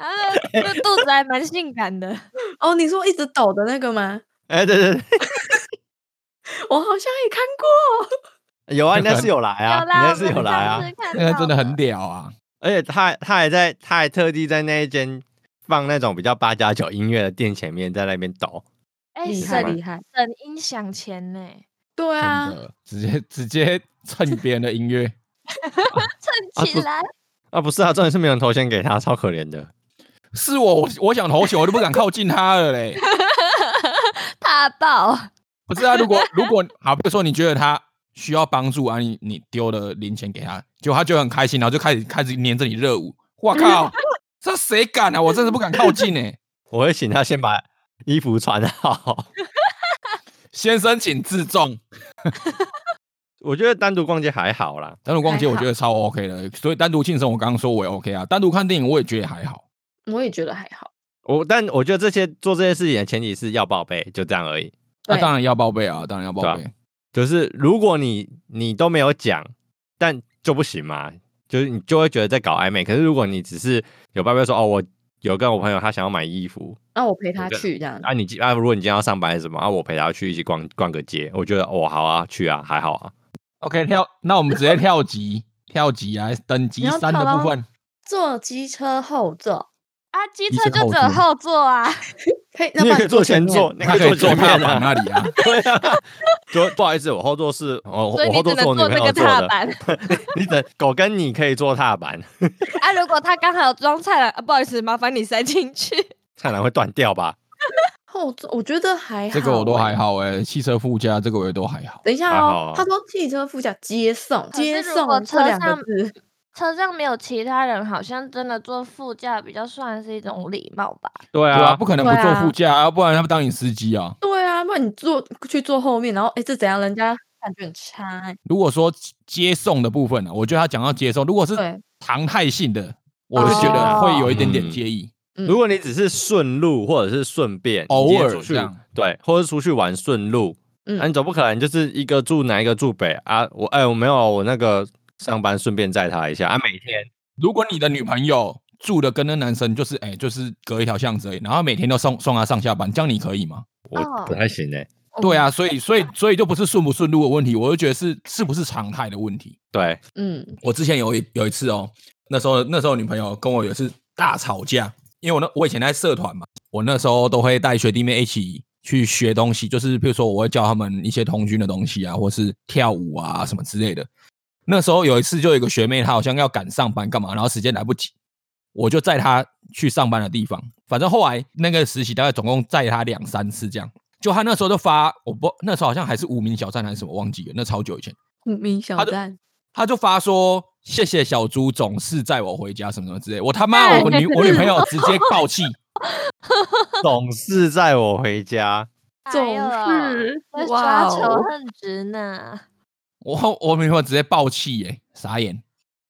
[SPEAKER 2] 然后就肚子还蛮性感 的。
[SPEAKER 5] 哦，你说一直抖的那个吗？
[SPEAKER 4] 哎、对对对，
[SPEAKER 5] 我好像也看过。
[SPEAKER 4] 有啊，你那是有来 啊，
[SPEAKER 2] 有
[SPEAKER 4] 你
[SPEAKER 2] 啦，
[SPEAKER 4] 那
[SPEAKER 2] 我
[SPEAKER 4] 是有
[SPEAKER 2] 们
[SPEAKER 4] 来啊
[SPEAKER 2] 上，次看
[SPEAKER 3] 那个
[SPEAKER 2] 到
[SPEAKER 3] 真的
[SPEAKER 5] 哦
[SPEAKER 3] 很屌啊！
[SPEAKER 4] 而且他还他还在他还特地在那一间放那种比较八加九音乐的店前面，在那边抖。
[SPEAKER 2] 哎，
[SPEAKER 5] 厉害
[SPEAKER 2] 省
[SPEAKER 5] 厉害，
[SPEAKER 2] 省音响钱呢，
[SPEAKER 5] 对啊
[SPEAKER 3] 真，的，直接直接蹭别人的音乐。
[SPEAKER 4] 啊
[SPEAKER 2] 蹭起
[SPEAKER 4] 不
[SPEAKER 2] 来。
[SPEAKER 4] 啊，不是啊，重点是没有人投钱给他，超可怜的。
[SPEAKER 3] 是我，我我想投球，我都不敢靠近他了嘞。
[SPEAKER 2] 怕爆！
[SPEAKER 3] 不是啊，如果如果好，比如说你觉得他需要帮助啊，你你丢了零钱给他，结果他就很开心，然后就开始开始黏着你热舞。我 靠，这谁敢啊？我真是不敢靠近哎、
[SPEAKER 4] 我会请他先把衣服穿好。
[SPEAKER 3] 先生请自重。
[SPEAKER 4] 我觉得单独逛街还好啦，
[SPEAKER 3] 单独逛街
[SPEAKER 5] 还
[SPEAKER 3] 我
[SPEAKER 5] 好
[SPEAKER 3] 觉得超 OK 的，所以单独庆生我刚刚说我也 OK 啊，单独看电影我也觉得还好。
[SPEAKER 5] 我也觉得还好。
[SPEAKER 4] 我但我觉得这些做这些事情的前提是要报备，就这样而已。
[SPEAKER 3] 那、
[SPEAKER 5] 对
[SPEAKER 3] 当然要报备啊，当然要报备。
[SPEAKER 4] 就是如果你你都没有讲，但就不行嘛，就是你就会觉得在搞暧昧。可是如果你只是有报备说哦，我有跟我朋友他想要买衣服，
[SPEAKER 5] 那我陪他
[SPEAKER 4] 个
[SPEAKER 5] 去这样。
[SPEAKER 4] 啊你，今啊，如果你今天要上班还是什么啊，我陪他去一起逛逛个街，我觉得哦，好啊，去啊，还好啊。
[SPEAKER 3] OK，跳，那我们直接跳级，跳级啊，等级
[SPEAKER 5] 你要
[SPEAKER 3] 三的
[SPEAKER 5] 跳到
[SPEAKER 3] 部分。
[SPEAKER 5] 坐机车后座，
[SPEAKER 2] 啊，机
[SPEAKER 3] 医
[SPEAKER 2] 车
[SPEAKER 3] 生
[SPEAKER 2] 就
[SPEAKER 3] 后
[SPEAKER 2] 只有
[SPEAKER 3] 座
[SPEAKER 2] 后座啊，
[SPEAKER 5] 可以，那不
[SPEAKER 4] 你也
[SPEAKER 5] 然
[SPEAKER 4] 可以坐前
[SPEAKER 5] 面
[SPEAKER 4] 座，你
[SPEAKER 3] 他可
[SPEAKER 4] 坐
[SPEAKER 3] 以坐
[SPEAKER 4] 前
[SPEAKER 3] 踏
[SPEAKER 4] 面
[SPEAKER 3] 板那
[SPEAKER 4] 啊。
[SPEAKER 3] 里啊，
[SPEAKER 4] 对啊，就不好意思，我后座是哦，
[SPEAKER 2] 所以
[SPEAKER 4] 我
[SPEAKER 2] 你
[SPEAKER 4] 后
[SPEAKER 2] 只
[SPEAKER 4] 座
[SPEAKER 2] 能
[SPEAKER 4] 是
[SPEAKER 2] 坐这
[SPEAKER 4] 我女朋友
[SPEAKER 2] 个
[SPEAKER 4] 坐
[SPEAKER 2] 踏
[SPEAKER 4] 的。
[SPEAKER 2] 板。
[SPEAKER 4] 你等狗跟你可以坐踏板，
[SPEAKER 2] 啊，如果他刚好有装菜篮，啊，不好意思，麻烦你塞进去。
[SPEAKER 4] 栅栏会断掉吧？
[SPEAKER 5] 后座我觉得还好、
[SPEAKER 3] 这个我都还。好哎、汽车副驾这个我也都还好。
[SPEAKER 5] 等一下
[SPEAKER 4] 还好
[SPEAKER 5] 哦
[SPEAKER 4] 啊，
[SPEAKER 5] 他说汽车副驾接送，
[SPEAKER 2] 可
[SPEAKER 5] 接
[SPEAKER 2] 是如果
[SPEAKER 5] 送
[SPEAKER 2] 车
[SPEAKER 5] 这两个
[SPEAKER 2] 上
[SPEAKER 5] 字，
[SPEAKER 2] 车上没有其他人，好像真的坐副驾比较算是一种礼貌吧。
[SPEAKER 4] 对
[SPEAKER 3] 对啊，不可能不
[SPEAKER 5] 对
[SPEAKER 3] 坐
[SPEAKER 5] 啊
[SPEAKER 3] 副驾、啊，要不然他们当你司机啊。
[SPEAKER 5] 对啊，不然你坐去坐后面，然后哎，这怎样？人家感觉很差欸。
[SPEAKER 3] 如果说接送的部分啊呢、我觉得他讲到接送，如果是
[SPEAKER 5] 对，哦
[SPEAKER 3] 常态性的，我是觉得会有一点点介意。
[SPEAKER 5] 嗯
[SPEAKER 4] 如果你只是顺路或者是顺便
[SPEAKER 3] 偶
[SPEAKER 4] 直接
[SPEAKER 3] 尔
[SPEAKER 4] 出去
[SPEAKER 3] 这样
[SPEAKER 4] 对，或者出去玩顺路，
[SPEAKER 5] 嗯
[SPEAKER 4] 那、你总不可能就是一个住南一个住北啊？我哎、我没有，我那个上班顺便载他一下啊，每天
[SPEAKER 3] 如果你的女朋友住的跟那男生就是哎、就是隔一条巷子而已，然后每天都送送她上下班，这样你可以吗？
[SPEAKER 4] 我
[SPEAKER 2] 哦
[SPEAKER 4] 不太行哎、
[SPEAKER 3] 对啊，所以所以所以就不是顺不顺路的问题，我就觉得是是不是常态的问题。
[SPEAKER 4] 对，
[SPEAKER 5] 嗯
[SPEAKER 3] 我之前有一有一次哦，那时候那时候女朋友跟我有一次大吵架，因为我那我以前在社团嘛，我那时候都会带学弟妹一起去学东西，就是比如说我会教他们一些童军的东西啊，或是跳舞啊什么之类的。那时候有一次就有一个学妹，她好像要赶上班干嘛，然后时间来不及，我就载她去上班的地方。反正后来那个实习大概总共载她两三次这样。就她那时候就发，我不那时候好像还是无名小站还是什么忘记了，那超久以前。
[SPEAKER 5] 无名小
[SPEAKER 3] 他的
[SPEAKER 5] 站，
[SPEAKER 3] 他就发说：“谢谢小猪总是载我回家，什么什么之类。”我他妈，我女我女朋友直接爆气，
[SPEAKER 4] 总是载我回家，
[SPEAKER 5] 总
[SPEAKER 2] 哎呦
[SPEAKER 5] 是
[SPEAKER 2] 在
[SPEAKER 5] 哇
[SPEAKER 2] 抓仇
[SPEAKER 5] 哦，
[SPEAKER 2] 恨值呢。
[SPEAKER 3] 我我女朋友直接爆气，耶，傻眼。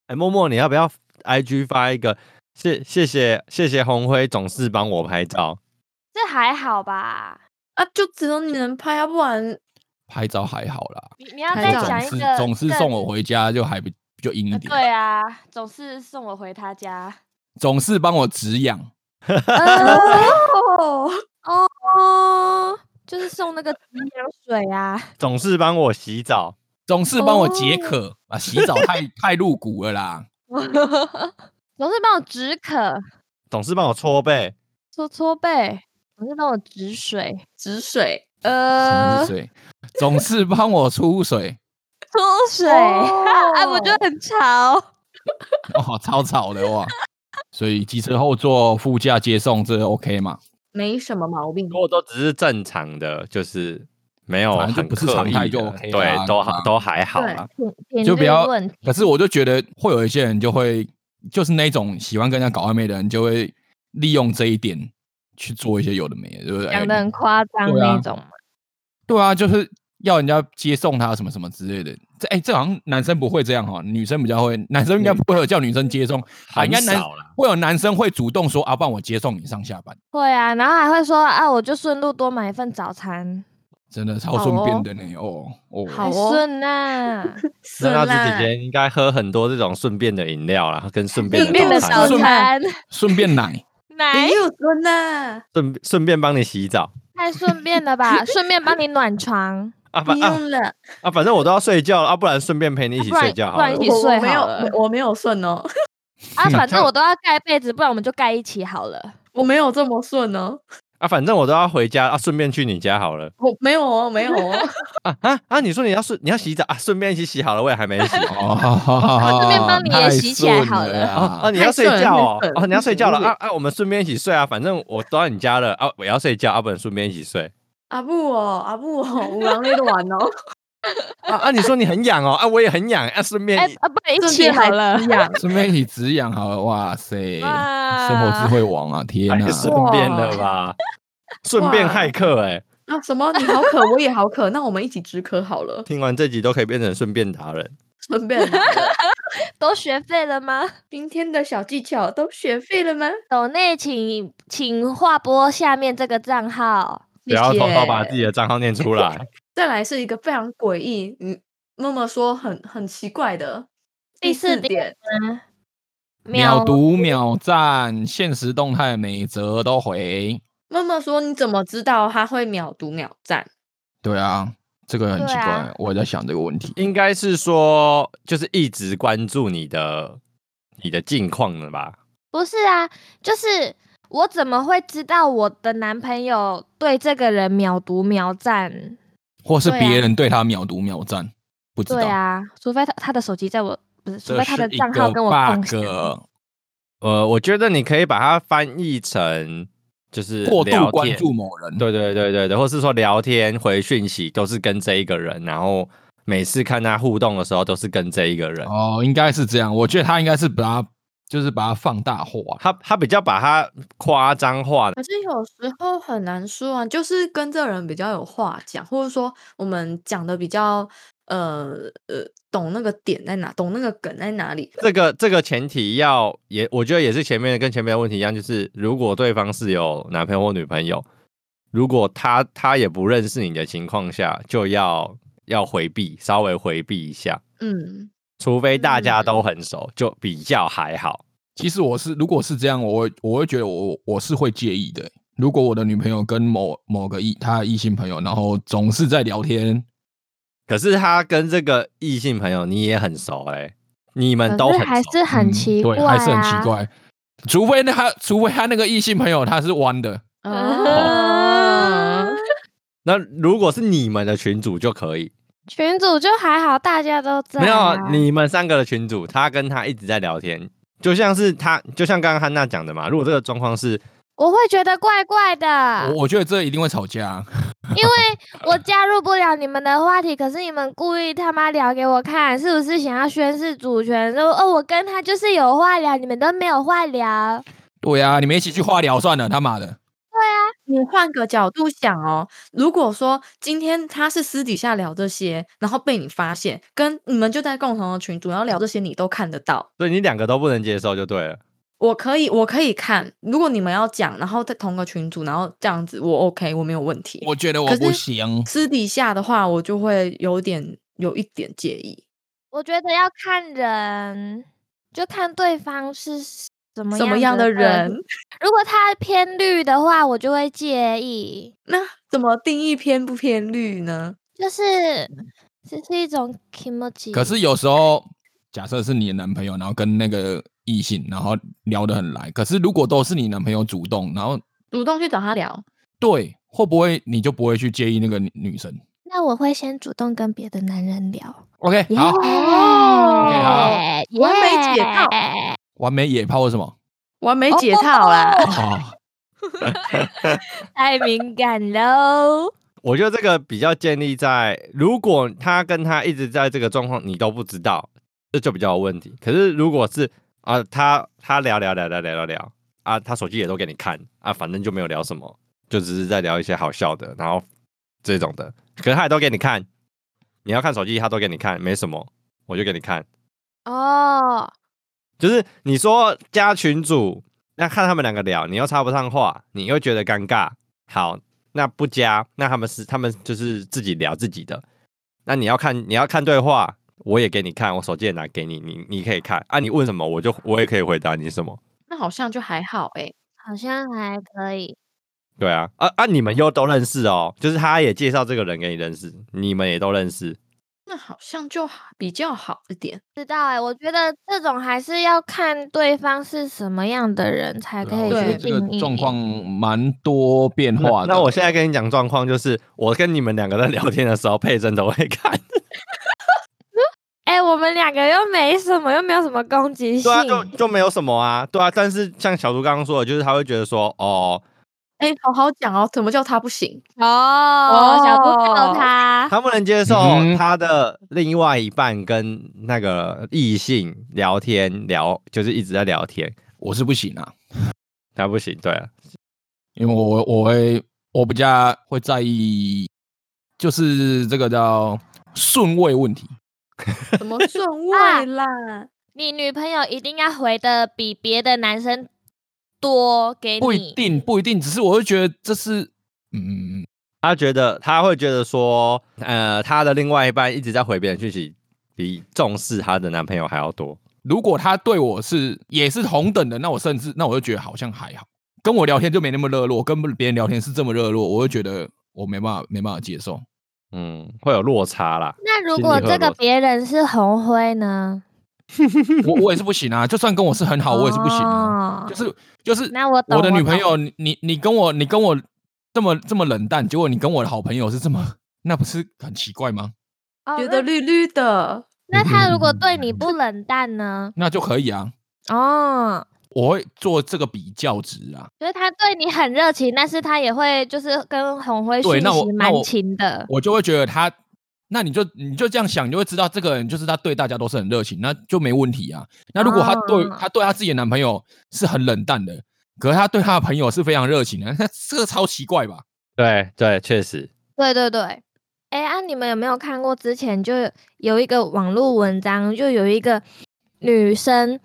[SPEAKER 4] 哎、默默你要不要 I G 发一个谢谢谢谢谢红辉总是帮我拍照，
[SPEAKER 2] 这还好吧？
[SPEAKER 5] 啊，就只有你能拍，啊要不然
[SPEAKER 3] 拍照还好啦，
[SPEAKER 2] 你你要
[SPEAKER 5] 还
[SPEAKER 2] 再
[SPEAKER 5] 好
[SPEAKER 2] 讲
[SPEAKER 3] 总
[SPEAKER 2] 一
[SPEAKER 3] 是
[SPEAKER 2] 个
[SPEAKER 3] 总是
[SPEAKER 2] 更
[SPEAKER 3] 送我回家就还不就阴一
[SPEAKER 2] 呃
[SPEAKER 3] 点，
[SPEAKER 2] 对啊，总是送我回他家。
[SPEAKER 3] 总是帮我止痒。
[SPEAKER 5] 哦，
[SPEAKER 2] 哦，就是送那个止痒水啊。
[SPEAKER 4] 总是帮我洗澡，
[SPEAKER 3] 总是帮我解
[SPEAKER 2] 哦
[SPEAKER 3] 渴、啊！洗澡太 太露骨了啦，
[SPEAKER 2] 总是帮我止渴，
[SPEAKER 4] 总是帮我搓背，
[SPEAKER 2] 搓搓背，总是帮我止水，
[SPEAKER 5] 止 水，
[SPEAKER 2] 呃，
[SPEAKER 3] 什么是水？总是帮我出水，
[SPEAKER 2] 搓水， 啊，我就
[SPEAKER 5] 哦
[SPEAKER 2] 很潮。
[SPEAKER 3] 哦，超吵的哇！所以机车后座、副驾接送这 OK 嘛？
[SPEAKER 5] 没什么毛病
[SPEAKER 4] 如。果都只是正常的，就是没有
[SPEAKER 3] 反正就
[SPEAKER 4] 很
[SPEAKER 3] 不是
[SPEAKER 4] 刻
[SPEAKER 3] 常态
[SPEAKER 4] 意
[SPEAKER 3] 就
[SPEAKER 4] 的
[SPEAKER 3] OK 啦
[SPEAKER 4] 对，都
[SPEAKER 3] 对
[SPEAKER 4] 好
[SPEAKER 3] 啊
[SPEAKER 4] 都还好
[SPEAKER 5] 对
[SPEAKER 4] 啦。
[SPEAKER 2] 频
[SPEAKER 3] 就不
[SPEAKER 2] 率
[SPEAKER 3] 要
[SPEAKER 2] 问题
[SPEAKER 3] 可是我就觉得会有一些人就会，就是那种喜欢跟人家搞暧昧的人，就会利用这一点去做一些有的没的，对不对？
[SPEAKER 2] 讲的很夸张
[SPEAKER 3] 对啊
[SPEAKER 2] 那种嘛。
[SPEAKER 3] 对啊，就是要人家接送他什么什么之类的。这哎、这好像男生不会这样哈、女生比较会，男生应该不会有叫女生接
[SPEAKER 2] 哦
[SPEAKER 3] 送，啊
[SPEAKER 4] 很
[SPEAKER 3] 应该男
[SPEAKER 4] 少啦，
[SPEAKER 3] 会有男生会主动说啊，帮我接送你上下班，
[SPEAKER 2] 会啊，然后还会说啊，我就顺路多买一份早餐，
[SPEAKER 3] 真的超顺便的呢。哦哦，
[SPEAKER 5] 好
[SPEAKER 2] 好
[SPEAKER 5] 哦
[SPEAKER 2] 顺呐、啊。
[SPEAKER 5] 是
[SPEAKER 4] 那
[SPEAKER 5] 啦，
[SPEAKER 4] 娜子姐姐应该喝很多这种顺便的饮料啦，跟顺便
[SPEAKER 2] 顺便
[SPEAKER 4] 的
[SPEAKER 2] 的早
[SPEAKER 4] 早餐
[SPEAKER 3] 顺
[SPEAKER 2] 餐，
[SPEAKER 3] 顺便 奶，
[SPEAKER 2] 奶
[SPEAKER 5] 也有啊孙啊呐，
[SPEAKER 4] 顺顺便帮你洗澡
[SPEAKER 2] 太顺便了吧？顺便帮你暖床，
[SPEAKER 4] 啊，
[SPEAKER 5] 不
[SPEAKER 4] 反啊
[SPEAKER 5] 用了，
[SPEAKER 4] 啊，反正我都要睡觉了啊，不然顺便陪你一起睡觉好
[SPEAKER 2] 不然
[SPEAKER 4] 了
[SPEAKER 2] 一。起
[SPEAKER 5] 我
[SPEAKER 2] 睡
[SPEAKER 5] 我没有
[SPEAKER 2] 好了，
[SPEAKER 5] 我没有顺哦，
[SPEAKER 2] 啊，反正
[SPEAKER 3] 那
[SPEAKER 2] 我都要盖被子，不然我们就盖一起好了。
[SPEAKER 5] 我没有这么顺哦，
[SPEAKER 4] 啊，反正我都要回家啊，顺便去你家好了。
[SPEAKER 5] 我没有哦，没有 哦，
[SPEAKER 4] 啊啊啊！你说你要顺你要洗澡啊，顺便一起洗好了，我也还没洗。
[SPEAKER 3] 哦，好好好好，
[SPEAKER 2] 顺便帮你也洗起来好了
[SPEAKER 3] 了
[SPEAKER 4] 啊啊！
[SPEAKER 3] 啊。
[SPEAKER 4] 你要睡觉哦
[SPEAKER 5] 太顺了太顺，了
[SPEAKER 4] 哦，你要睡觉了
[SPEAKER 5] 太顺
[SPEAKER 4] 啊
[SPEAKER 5] 了
[SPEAKER 4] 啊！我们顺便一起睡啊，反正我都到你家了啊，我也要睡觉，啊，不然顺便一起睡。
[SPEAKER 5] 阿布哦，阿布 哦，五郎那个玩哦，
[SPEAKER 4] 啊啊！你说你很痒哦，啊，我也很痒，啊，顺便
[SPEAKER 2] 哎、啊，不然一
[SPEAKER 5] 顺
[SPEAKER 2] 起
[SPEAKER 5] 便
[SPEAKER 2] 好
[SPEAKER 5] 来
[SPEAKER 2] 了。
[SPEAKER 5] 滋养
[SPEAKER 3] 顺便一起止痒好了，哇塞，
[SPEAKER 2] 哇
[SPEAKER 3] 哎生活智慧王啊，天
[SPEAKER 4] 哎
[SPEAKER 3] 哪！
[SPEAKER 4] 顺便的吧，顺便骇客哎，
[SPEAKER 5] 啊什么？你好渴，我也好渴，那我们一起止渴好了，
[SPEAKER 4] 听完这集都可以变成顺便达人。
[SPEAKER 5] 顺便来了。
[SPEAKER 2] 都学费了吗？
[SPEAKER 5] 今天的小技巧都学废了吗？
[SPEAKER 2] 抖内请请划拨下面这个账号，
[SPEAKER 4] 不要
[SPEAKER 5] 谢
[SPEAKER 4] 偷偷把
[SPEAKER 5] 谢
[SPEAKER 4] 自己的账号念出来。
[SPEAKER 5] 再来是一个非常诡异，嗯，默默说很很奇怪的
[SPEAKER 2] 第四
[SPEAKER 5] 四
[SPEAKER 2] 点
[SPEAKER 5] 点，
[SPEAKER 3] 秒读秒赞，现实动态每则都回。
[SPEAKER 5] 默默说你怎么知道他会秒读秒赞？
[SPEAKER 3] 对啊，这个很奇怪，
[SPEAKER 2] 对啊
[SPEAKER 3] 我也在想这个问题。
[SPEAKER 4] 应该是说，就是一直关注你的你的近况了吧？
[SPEAKER 2] 不是啊，就是我怎么会知道我的男朋友对这个人秒读秒赞？
[SPEAKER 3] 或是
[SPEAKER 2] 对啊
[SPEAKER 3] 别人对他秒读秒赞，不知道。
[SPEAKER 2] 对啊，除非他他的手机在我不是，除
[SPEAKER 3] 这
[SPEAKER 2] 非他的
[SPEAKER 3] 是一
[SPEAKER 2] 账号
[SPEAKER 3] 个
[SPEAKER 2] 跟我共享。
[SPEAKER 3] bug。
[SPEAKER 4] 呃，我觉得你可以把它翻译成就是
[SPEAKER 3] 过度
[SPEAKER 4] 聊
[SPEAKER 3] 关
[SPEAKER 4] 天
[SPEAKER 3] 注某人，
[SPEAKER 4] 对对对对对，或是说聊天回讯息都是跟这一个人，然后每次看他互动的时候都是跟这一个人。
[SPEAKER 3] 哦，应该是这样。我觉得他应该是把它就是把它放大化，
[SPEAKER 4] 他他比较把他夸张化，
[SPEAKER 5] 可是有时候很难说啊，就是跟这个人比较有话讲，或者说我们讲的比较呃呃懂那个点在哪，懂那个梗在哪里。
[SPEAKER 4] 这个这个前提要也，我觉得也是前面跟前面的问题一样，就是如果对方是有男朋友或女朋友，如果他他也不认识你的情况下，就要要回避，稍微回避一下，
[SPEAKER 5] 嗯，
[SPEAKER 4] 除非大家
[SPEAKER 5] 嗯
[SPEAKER 4] 都很熟，就比较还好。
[SPEAKER 3] 其实我是，如果是这样，我会我会觉得我我是会介意的欸。如果我的女朋友跟某某个异她的异性朋友，然后总是在聊天，
[SPEAKER 4] 可是他跟这个异性朋友你也很熟哎、你们都
[SPEAKER 2] 可
[SPEAKER 4] 很
[SPEAKER 2] 是还
[SPEAKER 4] 熟
[SPEAKER 2] 是很
[SPEAKER 3] 嗯
[SPEAKER 2] 奇怪、啊
[SPEAKER 3] 对，还是很奇。怪。除非那他，除非他那个异性朋友他是弯的，
[SPEAKER 4] 哦
[SPEAKER 5] 啊，
[SPEAKER 4] 那如果是你们的群主就可以，
[SPEAKER 2] 群主就还好，大家都在、啊。
[SPEAKER 4] 没有啊你们三个的群主，他跟他一直在聊天，就像是他，就像刚刚汉娜讲的嘛。如果这个状况是，
[SPEAKER 2] 我会觉得怪怪的
[SPEAKER 3] 我，我觉得这一定会吵架啊。
[SPEAKER 2] 因为我加入不了你们的话题，可是你们故意他妈聊给我看，是不是想要宣示主权？说哦，我跟他就是有话聊，你们都没有话聊。
[SPEAKER 3] 对啊，你们一起去化疗算了，他妈的！
[SPEAKER 5] 你换个角度想哦，如果说今天他是私底下聊这些，然后被你发现，跟你们就在共同的群组，然后聊这些，你都看得到。
[SPEAKER 4] 所以你两个都不能接受就对了。
[SPEAKER 5] 我可以，我可以看。如果你们要讲，然后在同个群组，然后这样子，我 OK，我没有问题。
[SPEAKER 3] 我觉得我
[SPEAKER 5] 可是
[SPEAKER 3] 不行，
[SPEAKER 5] 私底下的话，我就会有点有一点介意，
[SPEAKER 2] 我觉得要看人，就看对方是什么
[SPEAKER 5] 什么样
[SPEAKER 2] 样
[SPEAKER 5] 的
[SPEAKER 2] 个
[SPEAKER 5] 人，
[SPEAKER 2] 性。如果他偏绿的话，我就会介意。
[SPEAKER 5] 那怎么定义偏不偏绿呢？
[SPEAKER 2] 就是
[SPEAKER 4] 嗯
[SPEAKER 2] 这是一种 i m o j i
[SPEAKER 3] 可是有时候，假设是你的男朋友，然后跟那个异性，然后聊得很来，可是如果都是你男朋友主动，然后
[SPEAKER 5] 主动去找他聊，
[SPEAKER 3] 对，会不会你就不会去介意那个女女生
[SPEAKER 2] 那我会先主动跟别的男人聊。
[SPEAKER 3] ？OK，好，OK，好
[SPEAKER 2] 哦耶
[SPEAKER 5] 完美解套
[SPEAKER 3] 完美野炮是什 么？
[SPEAKER 5] 完美解套啦。
[SPEAKER 3] 啊，
[SPEAKER 2] 太敏感喽。
[SPEAKER 4] 我觉得这个比较建立在，如果他跟他一直在这个状况，你都不知道，这就比较有问题。可是如果是啊，他他聊聊聊聊聊聊聊啊，他手机也都给你看啊，反正就没有聊什么，就只是在聊一些好笑的，然后这种的，可是他也都给你看，你要看手机他都给你看，没什么，我就给你看。
[SPEAKER 2] 哦，
[SPEAKER 4] 就是你说加群主，那看他们两个聊，你又插不上话，你又觉得尴尬。好，那不加，那他们是他们就是自己聊自己的。那你要看你要看对话，我也给你看，我手机也拿给你，你你可以看啊。你问什么，我就我也可以回答你什么。
[SPEAKER 5] 那好像就还好哎、
[SPEAKER 2] 好像还可以。
[SPEAKER 4] 对啊，啊啊，你们又都认识哦，就是他也介绍这个人给你认识，你们也都认识。
[SPEAKER 5] 那好像就好比较好一点。
[SPEAKER 2] 知道哎、我觉得这种还是要看对方是什么样的人才可以
[SPEAKER 3] 对啊我觉
[SPEAKER 2] 去
[SPEAKER 3] 得这
[SPEAKER 2] 定
[SPEAKER 3] 个
[SPEAKER 2] 义。
[SPEAKER 3] 状况蛮多变化
[SPEAKER 4] 那
[SPEAKER 3] 的。
[SPEAKER 4] 那我现在跟你讲状况，就是我跟你们两个在聊天的时候，佩珍都会看。
[SPEAKER 2] 哎、我们两个又没什么，又没有什么攻击性
[SPEAKER 4] 对。啊，就就没有什么啊，对啊。但是像小猪刚刚说的，就是他会觉得说，哦，
[SPEAKER 5] 哎、好好讲哦，什么叫他不行？
[SPEAKER 2] 哦，小猪靠
[SPEAKER 5] 啊
[SPEAKER 2] 他。
[SPEAKER 4] 他不能接受
[SPEAKER 3] 嗯哼
[SPEAKER 4] 他的另外一半跟那个异性聊天聊，就是一直在聊天，
[SPEAKER 3] 我是不行啊，
[SPEAKER 4] 他不行。对啊，
[SPEAKER 3] 因为我我会我比较会在意，就是这个叫顺位问题。
[SPEAKER 5] 什么 顺
[SPEAKER 2] 啊
[SPEAKER 5] 位啦？
[SPEAKER 2] 你女朋友一定要回的比别的男生多给你，
[SPEAKER 3] 不一定，不一定，只是我会觉得这是，嗯，
[SPEAKER 4] 他觉得他会觉得说，呃，他的另外一半一直在回别人讯息，比重视他的男朋友还要多。
[SPEAKER 3] 如果他对我是也是同等的，那我甚至那我就觉得好像还好，跟我聊天就没那么热络，跟别人聊天是这么热络，我就觉得我没办法没办法接受。
[SPEAKER 4] 嗯，会有落差啦。
[SPEAKER 2] 那如
[SPEAKER 4] 心
[SPEAKER 2] 果
[SPEAKER 4] 里会
[SPEAKER 2] 这
[SPEAKER 4] 有
[SPEAKER 2] 个
[SPEAKER 4] 落差
[SPEAKER 2] 别人是红灰呢？
[SPEAKER 3] 我我也是不行啊，就算跟我是很好，我也是不行啊。
[SPEAKER 2] 哦
[SPEAKER 3] 就是就是
[SPEAKER 2] 那我懂
[SPEAKER 3] 我的女朋
[SPEAKER 2] 我
[SPEAKER 3] 友，你你你跟我你跟我这么这么冷淡，结果你跟我的好朋友是这么，那不是很奇怪吗？
[SPEAKER 2] 哦
[SPEAKER 5] 觉得绿绿的，
[SPEAKER 3] 嗯
[SPEAKER 2] 那那他如果对你不冷淡呢？
[SPEAKER 3] 那就可以啊。
[SPEAKER 2] 哦，
[SPEAKER 3] 我会做这个比较值啊。
[SPEAKER 2] 就是他对你很热情，但是他也会就是跟红辉
[SPEAKER 3] 对
[SPEAKER 2] 讯
[SPEAKER 3] 那我
[SPEAKER 2] 息
[SPEAKER 3] 那
[SPEAKER 2] 蛮
[SPEAKER 3] 我
[SPEAKER 2] 勤的。
[SPEAKER 3] 我就会觉得他，那你就你就这样想，你就会知道这个人就是他对大家都是很热情，那就没问题啊。那如果他对、
[SPEAKER 2] 哦
[SPEAKER 3] 他对他自己的男朋友是很冷淡的，可是他对他的朋友是非常热情的， 那这个超奇怪吧？
[SPEAKER 4] 对对，确实，
[SPEAKER 2] 对对对，哎、啊，你们有没有看过之前就有一个网络文章，就有一个女生，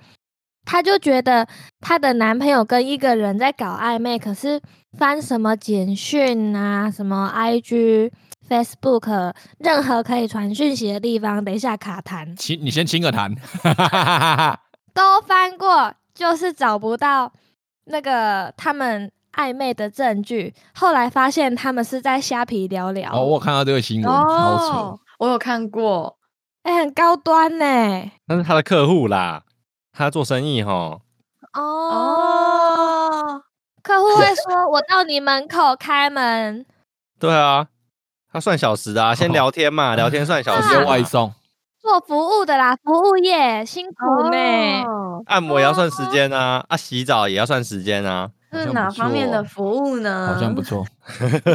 [SPEAKER 2] 她就觉得她的男朋友跟一个人在搞暧昧，可是翻什么简讯啊，什么 IG、Facebook，任何可以传讯息的地方，等一下卡弹
[SPEAKER 3] 亲，你先亲个谈，哈哈哈哈哈。
[SPEAKER 2] 都翻过，就是找不到那个他们。暧昧的证据，后来发现他们是在虾皮聊聊。
[SPEAKER 3] 哦，我有看到这个新闻，超
[SPEAKER 2] 哦
[SPEAKER 3] 扯。，
[SPEAKER 5] 我有看过，
[SPEAKER 2] 哎、很高端呢、
[SPEAKER 4] 那是他的客户啦，他做生意吼，
[SPEAKER 2] 哦
[SPEAKER 5] 哦，
[SPEAKER 2] 客户会说：“我到你门口开门。
[SPEAKER 4] 对啊，他算小时的啊，先聊天嘛，聊天算小
[SPEAKER 3] 直
[SPEAKER 4] 时
[SPEAKER 3] 接
[SPEAKER 4] 嘛，
[SPEAKER 3] 外送，”
[SPEAKER 2] 做服务的啦，服务业辛苦呢、
[SPEAKER 5] 哦
[SPEAKER 4] 按摩也要算时间啊，啊，洗澡也要算时间啊，
[SPEAKER 5] 是
[SPEAKER 3] 像
[SPEAKER 5] 哪
[SPEAKER 3] 不
[SPEAKER 5] 方面
[SPEAKER 3] 错
[SPEAKER 5] 的服务呢？
[SPEAKER 3] 好像不错。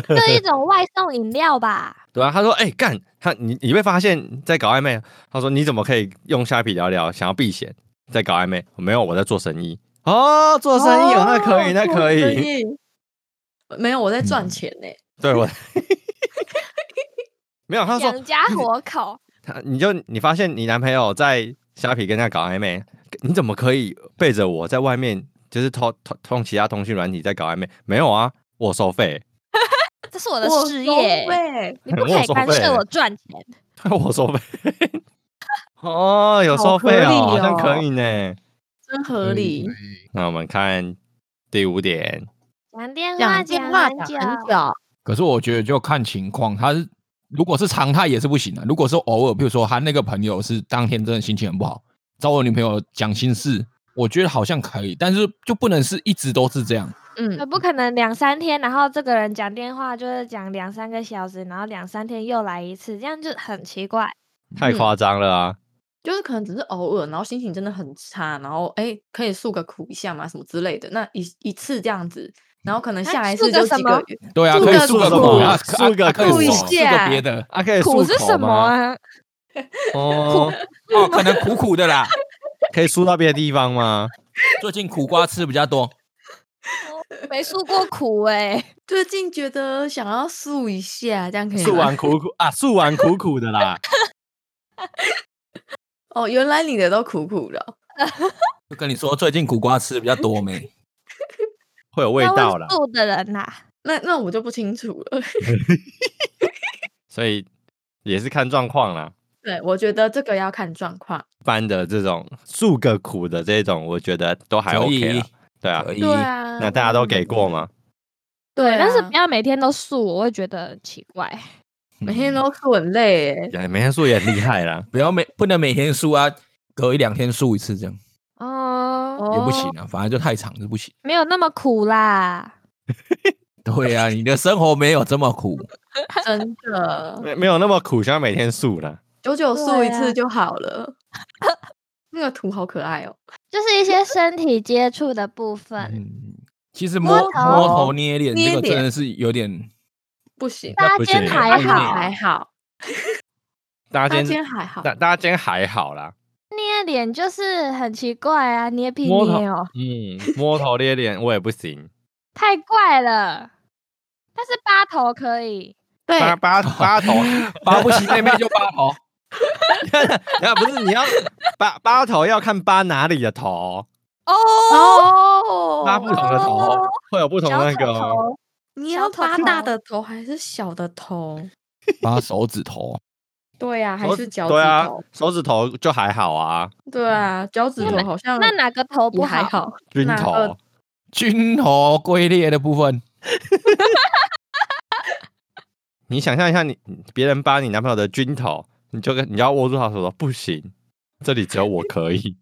[SPEAKER 2] 就一种外送饮料吧。
[SPEAKER 4] 对啊，他说，哎、干他，你你被发现在搞暧昧，啊他说你怎么可以用虾皮聊聊，想要避嫌，在搞暧昧？没有，我在做生意。哦，做生意哦，那 可以，那
[SPEAKER 5] 做
[SPEAKER 4] 可
[SPEAKER 5] 生
[SPEAKER 4] 以，
[SPEAKER 5] 意。没有，我在赚
[SPEAKER 3] 嗯
[SPEAKER 5] 钱呢、
[SPEAKER 4] 对我。没有，他说
[SPEAKER 2] 养家活口，
[SPEAKER 4] 他你就你发现你男朋友在虾皮跟人家搞暧昧，你怎么可以背着我在外面就是偷偷通其他通讯软体在搞暧昧？没有啊，我收费，
[SPEAKER 2] 这是我的
[SPEAKER 5] 我
[SPEAKER 2] 事
[SPEAKER 5] 收
[SPEAKER 2] 业，
[SPEAKER 5] 费
[SPEAKER 2] 你不
[SPEAKER 4] 我
[SPEAKER 2] 可以
[SPEAKER 4] 收
[SPEAKER 2] 干
[SPEAKER 4] 费
[SPEAKER 2] 涉我赚钱。
[SPEAKER 4] 我收费。哦，有收
[SPEAKER 5] 好合
[SPEAKER 4] 费哦，
[SPEAKER 5] 理
[SPEAKER 4] 好像
[SPEAKER 5] 哦
[SPEAKER 4] 可以呢。
[SPEAKER 5] 真合理。
[SPEAKER 4] 那我们看第五点，
[SPEAKER 2] 讲电话，
[SPEAKER 5] 讲电话
[SPEAKER 2] 很
[SPEAKER 5] 讲
[SPEAKER 2] 久。
[SPEAKER 5] 很久，
[SPEAKER 3] 可是我觉得就看情况，他是如果是常态也是不行的、啊如果是偶尔，比如说他那个朋友是当天真的心情很不好，找我女朋友讲心事，我觉得好像可以，但是就不能是一直都是这样。
[SPEAKER 5] 嗯，
[SPEAKER 2] 呃不可能两三天，然后这个人讲电话就是讲两三个小时，然后两三天又来一次，这样就很奇怪。
[SPEAKER 4] 太夸张了啊！
[SPEAKER 5] 就是可能只是偶尔，然后心情真的很差，然后哎、诶可以诉个苦一下嘛，什么之类的。那一一次这样子，然后可能
[SPEAKER 2] 啊
[SPEAKER 5] 下一
[SPEAKER 2] 诉
[SPEAKER 5] 次
[SPEAKER 2] 个
[SPEAKER 5] 就
[SPEAKER 2] 什
[SPEAKER 5] 几
[SPEAKER 2] 么
[SPEAKER 5] 个月，
[SPEAKER 3] 对啊，
[SPEAKER 5] 诉
[SPEAKER 3] 可以
[SPEAKER 5] 个
[SPEAKER 3] 诉个
[SPEAKER 5] 苦
[SPEAKER 3] 苦啊，可
[SPEAKER 4] 诉个
[SPEAKER 3] 啊可以
[SPEAKER 5] 苦一
[SPEAKER 3] 诉个
[SPEAKER 5] 下
[SPEAKER 3] 别的
[SPEAKER 4] 啊，可以
[SPEAKER 2] 苦
[SPEAKER 4] 漱
[SPEAKER 2] 是
[SPEAKER 4] 口
[SPEAKER 2] 什么
[SPEAKER 4] 吗？
[SPEAKER 2] 啊？
[SPEAKER 4] 哦，
[SPEAKER 3] 哦，可能苦苦的啦。
[SPEAKER 4] 可以输到别的地方吗？
[SPEAKER 3] 最近苦瓜吃比较多，
[SPEAKER 2] 没诉过苦哎、
[SPEAKER 5] 最近觉得想要诉一下，这样可以
[SPEAKER 4] 诉
[SPEAKER 5] 吗？
[SPEAKER 4] 完苦苦啊，诉完苦苦的啦，
[SPEAKER 5] 哦，原来你的都苦苦的哦、
[SPEAKER 3] 就跟你说最近苦瓜吃比较多没？
[SPEAKER 4] 会 有味道啦。
[SPEAKER 2] 素的人呐、
[SPEAKER 5] 那那我就不清楚了。
[SPEAKER 4] 所以也是看状况啦。
[SPEAKER 5] 对，我觉得这个要看状况。
[SPEAKER 4] 一般的这种诉个苦的这种，我觉得都还
[SPEAKER 3] 可
[SPEAKER 4] OK
[SPEAKER 3] 以
[SPEAKER 4] 啦。对啊
[SPEAKER 3] 可，以，
[SPEAKER 5] 对啊，
[SPEAKER 4] 那大家都给过吗？
[SPEAKER 5] 对啊、
[SPEAKER 2] 但是不要每天都素，我会觉得很奇怪。
[SPEAKER 5] 每天
[SPEAKER 4] 嗯
[SPEAKER 5] 都诉很累、欸，
[SPEAKER 4] 也哎每天诉也很厉害啦
[SPEAKER 3] 嗯 不要每不能每天输啊，隔一两天输一次这样
[SPEAKER 2] 哦，
[SPEAKER 3] 也不
[SPEAKER 5] 哦
[SPEAKER 3] 行啊，反正就太长就不行。
[SPEAKER 2] 没有那么苦啦。
[SPEAKER 3] 对啊，你的生活没有这么苦。
[SPEAKER 5] 真的。
[SPEAKER 4] 没没有那么苦，想要每天诉啦。
[SPEAKER 5] 久久素
[SPEAKER 2] 对
[SPEAKER 5] 一
[SPEAKER 2] 啊
[SPEAKER 5] 次就好了。 那个图好可爱哦、
[SPEAKER 2] 就是一些身体接触的部分，
[SPEAKER 3] 嗯，其实
[SPEAKER 2] 摸
[SPEAKER 3] 摸
[SPEAKER 2] 头
[SPEAKER 3] 摸头捏脸这
[SPEAKER 5] 捏
[SPEAKER 3] 个真
[SPEAKER 5] 脸
[SPEAKER 3] 的是有点，
[SPEAKER 5] 不行，
[SPEAKER 2] 搭
[SPEAKER 4] 不
[SPEAKER 2] 肩
[SPEAKER 4] 行
[SPEAKER 2] 还
[SPEAKER 3] 不
[SPEAKER 2] 好，
[SPEAKER 5] 还好，
[SPEAKER 4] 大
[SPEAKER 5] 搭
[SPEAKER 4] 家
[SPEAKER 5] 肩
[SPEAKER 4] 今
[SPEAKER 5] 还好。
[SPEAKER 4] 大大家今天还好啦，
[SPEAKER 2] 捏脸就是很奇怪啊，捏屁
[SPEAKER 4] 摸头
[SPEAKER 2] 捏哦，
[SPEAKER 4] 嗯，摸头捏脸我也不行，
[SPEAKER 2] 太怪了。但是八头可以，
[SPEAKER 5] 对，
[SPEAKER 4] 八八八头， 啊
[SPEAKER 3] 拔不起妹妹就拔头。
[SPEAKER 4] 那不是你 要八八头要看八哪里的头，
[SPEAKER 2] 哦
[SPEAKER 4] 八不同的头
[SPEAKER 2] 哦
[SPEAKER 4] 会有不同的那个
[SPEAKER 2] 小丑
[SPEAKER 4] 哦。
[SPEAKER 2] 头
[SPEAKER 5] 你
[SPEAKER 2] 小
[SPEAKER 5] 要
[SPEAKER 2] 头
[SPEAKER 5] 拔大
[SPEAKER 2] 头
[SPEAKER 5] 的头还是小的头？
[SPEAKER 3] 拔手指头，
[SPEAKER 5] 对呀、还
[SPEAKER 4] 手
[SPEAKER 5] 是
[SPEAKER 4] 指
[SPEAKER 5] 脚趾
[SPEAKER 4] 对啊
[SPEAKER 5] 头？，
[SPEAKER 4] 手指头就还好啊，
[SPEAKER 5] 对啊，脚趾头好像
[SPEAKER 2] 那哪个
[SPEAKER 4] 嗯
[SPEAKER 2] 头不
[SPEAKER 5] 也还好？
[SPEAKER 4] 军
[SPEAKER 5] 哪个
[SPEAKER 4] 头
[SPEAKER 3] 军头龟裂的部分，
[SPEAKER 4] 你想象一下你，你别人扒你男朋友的军头，你就跟你要握住他手说不行，这里只有我可以，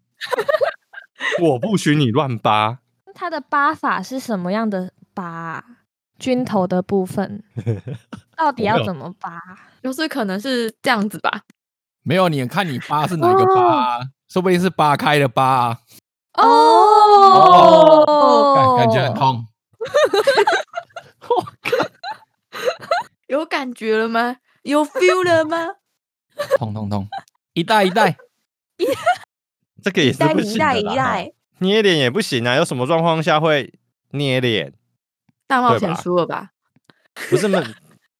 [SPEAKER 4] 我不许你乱扒。
[SPEAKER 2] 它的扒法是什么样的扒啊？军头的部 分到底
[SPEAKER 4] 我没
[SPEAKER 2] 要
[SPEAKER 4] 有
[SPEAKER 2] 怎么扒？
[SPEAKER 5] 就是可能是这样子吧。
[SPEAKER 3] 没有你看你拔是哪个拔啊、说不定是拔开的拔啊、
[SPEAKER 2] 哦，
[SPEAKER 3] 感觉很痛。
[SPEAKER 5] 有感觉了吗？有 feel 了吗？
[SPEAKER 3] 痛痛痛，一代一代，
[SPEAKER 4] 这个也是
[SPEAKER 5] 一代
[SPEAKER 4] 不
[SPEAKER 5] 一
[SPEAKER 4] 行
[SPEAKER 5] 代
[SPEAKER 4] 的
[SPEAKER 5] 一
[SPEAKER 4] 啦
[SPEAKER 5] 代，
[SPEAKER 4] 捏脸也不行啊！有什么状况下会捏脸？
[SPEAKER 5] 大冒
[SPEAKER 4] 对
[SPEAKER 5] 险
[SPEAKER 4] 吧
[SPEAKER 5] 输了吧？
[SPEAKER 4] 不是嘛？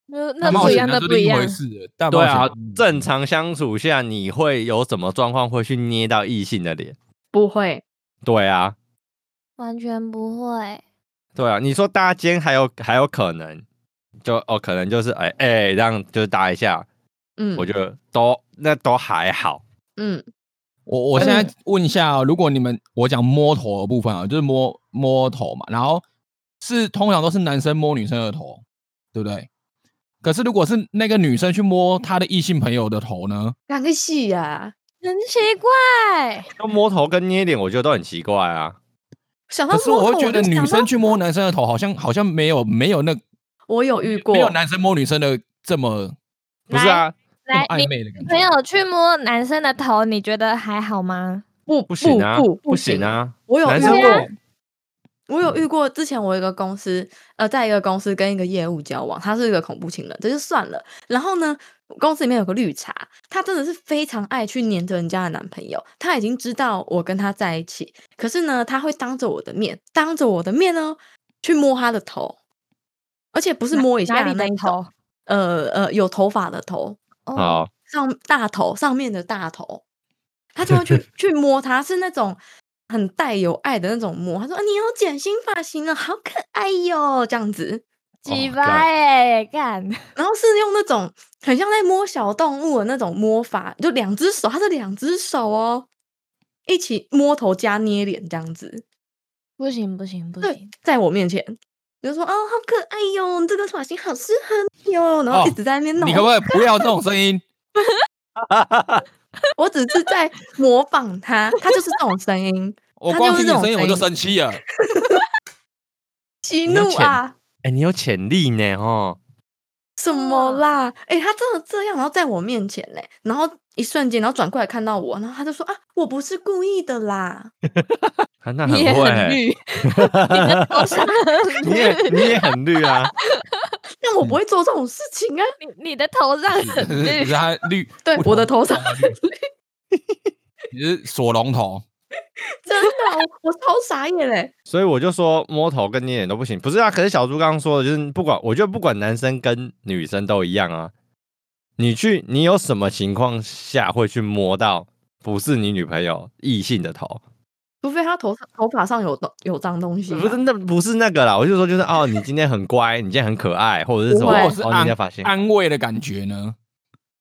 [SPEAKER 2] 那
[SPEAKER 3] 大
[SPEAKER 2] 那
[SPEAKER 3] 冒
[SPEAKER 2] 不一
[SPEAKER 3] 险
[SPEAKER 2] 样，那
[SPEAKER 3] 是
[SPEAKER 2] 不一
[SPEAKER 3] 另
[SPEAKER 2] 样
[SPEAKER 3] 回。事了。大冒
[SPEAKER 4] 对
[SPEAKER 3] 险
[SPEAKER 4] 啊
[SPEAKER 3] 嗯，
[SPEAKER 4] 正常相处下你会有什么状况会去捏到异性的脸？
[SPEAKER 5] 不会，
[SPEAKER 4] 对啊，
[SPEAKER 2] 完全不会。
[SPEAKER 4] 对啊。你说搭肩还有还有可能，就哦，可能就是哎哎，这样就是搭一下，
[SPEAKER 5] 嗯，
[SPEAKER 4] 我觉得都那都还好。
[SPEAKER 5] 嗯，
[SPEAKER 3] 我我现在问一下、哦，如果你们我讲摸头的部分啊，就是摸摸头嘛，然后是通常都是男生摸女生的头，对不对？可是如果是那个女生去摸她的异性朋友的头呢？
[SPEAKER 5] 两个戏呀，
[SPEAKER 2] 很奇 怪，
[SPEAKER 4] 要摸头跟捏脸，我觉得都很奇怪啊。
[SPEAKER 5] 想到
[SPEAKER 3] 可是我
[SPEAKER 5] 摸
[SPEAKER 3] 会
[SPEAKER 5] 头
[SPEAKER 3] 觉得
[SPEAKER 5] 就
[SPEAKER 3] 女
[SPEAKER 5] 想
[SPEAKER 3] 生
[SPEAKER 5] 到
[SPEAKER 3] 去摸男生的头，好像好像没有没有那
[SPEAKER 5] 我有遇过
[SPEAKER 3] 没，有男生摸女生的这么
[SPEAKER 4] 不是啊，
[SPEAKER 3] 这么
[SPEAKER 2] 来，
[SPEAKER 3] 暧
[SPEAKER 2] 你
[SPEAKER 3] 昧的感
[SPEAKER 2] 朋
[SPEAKER 3] 觉。
[SPEAKER 2] 友去摸男生的头，你觉得还好吗？
[SPEAKER 5] 不
[SPEAKER 4] 不行啊，
[SPEAKER 5] 不
[SPEAKER 4] 不行！啊，
[SPEAKER 5] 我有
[SPEAKER 4] 男
[SPEAKER 5] 遇
[SPEAKER 4] 生
[SPEAKER 5] 过，
[SPEAKER 4] 摸
[SPEAKER 5] 我有
[SPEAKER 2] 嗯
[SPEAKER 5] 遇过，之前我有一个公司，呃，在一个公司跟一个业务交往，他是一个恐怖情人，这就算了。然后呢，公司里面有个绿茶，她真的是非常爱去黏着人家的男朋友。她已经知道我跟他在一起，可是呢，她会当着我的面，当着我的面呢，去摸他的头，而且不是
[SPEAKER 2] 哪
[SPEAKER 5] 摸一下
[SPEAKER 2] 哪里
[SPEAKER 5] 那
[SPEAKER 2] 的
[SPEAKER 5] 一种，
[SPEAKER 2] 头？
[SPEAKER 5] 呃呃，有头发的头，
[SPEAKER 2] 哦，
[SPEAKER 4] 哦，
[SPEAKER 5] 上大头上面的大头，他就会 去去摸它，是那种很带有爱的那种摸。他说：“啊，你有剪新发型了，好可爱哟！”这样子，
[SPEAKER 2] 鸡
[SPEAKER 4] 哦
[SPEAKER 2] 巴哎，干！
[SPEAKER 5] 然后是用那种很像在摸小动物的那种摸法，就两只手，他是两只手哦，一起摸头加捏脸这样子。
[SPEAKER 2] 不行不行不
[SPEAKER 5] 对
[SPEAKER 2] 行！，
[SPEAKER 5] 在我面前。就说哦，好可爱哟！你这个发型好适合你哟，然后一
[SPEAKER 3] 哦
[SPEAKER 5] 直在那边弄。
[SPEAKER 3] 你可不可以不要这种声音？
[SPEAKER 5] 我只是在模仿他，他就是这种声音。
[SPEAKER 3] 我
[SPEAKER 5] 他
[SPEAKER 3] 光
[SPEAKER 5] 就是
[SPEAKER 3] 听你
[SPEAKER 5] 这种
[SPEAKER 3] 声音我就
[SPEAKER 5] 声
[SPEAKER 3] 生气了。
[SPEAKER 5] 息
[SPEAKER 4] 你要
[SPEAKER 5] 怒
[SPEAKER 4] 潜
[SPEAKER 5] 啊！
[SPEAKER 4] 哎，你有潜力呢，哦，
[SPEAKER 5] 什么啦？哎、他真的这样，然后在我面前嘞，然后一瞬间，然后转过来看到我，然后他就说啊，我不是故意的啦。
[SPEAKER 4] 啊那很
[SPEAKER 2] 你也
[SPEAKER 4] 会
[SPEAKER 2] 很
[SPEAKER 4] 欸，
[SPEAKER 2] 绿，你的头 上很
[SPEAKER 4] 你也
[SPEAKER 2] 绿，
[SPEAKER 4] 你也很绿啊。
[SPEAKER 5] 但我不会做这种事情啊。
[SPEAKER 2] 你你的头上很
[SPEAKER 3] 可是 可
[SPEAKER 2] 绿
[SPEAKER 3] 是。他绿，
[SPEAKER 5] 对
[SPEAKER 3] 不，
[SPEAKER 5] 我的
[SPEAKER 3] 同
[SPEAKER 5] 头上
[SPEAKER 3] 你是锁龙头。
[SPEAKER 5] 真的，我我超傻眼嘞。
[SPEAKER 4] 所以我就说摸头跟捏脸都不行，不是啊？可是小猪刚刚说的，就是不管，我觉得不管男生跟女生都一样啊。你去，你有什么情况下会去摸到不是你女朋友异性的头？
[SPEAKER 5] 除非他头上头发上有东有脏东西嘛，啊
[SPEAKER 4] 不是，那不是那个啦，我就说就是哦，你今天很乖，你今天很可爱，或者是什
[SPEAKER 5] 不
[SPEAKER 4] 么
[SPEAKER 5] 会
[SPEAKER 4] 哦，
[SPEAKER 3] 是
[SPEAKER 4] 你今天发型
[SPEAKER 3] 安慰的感觉呢？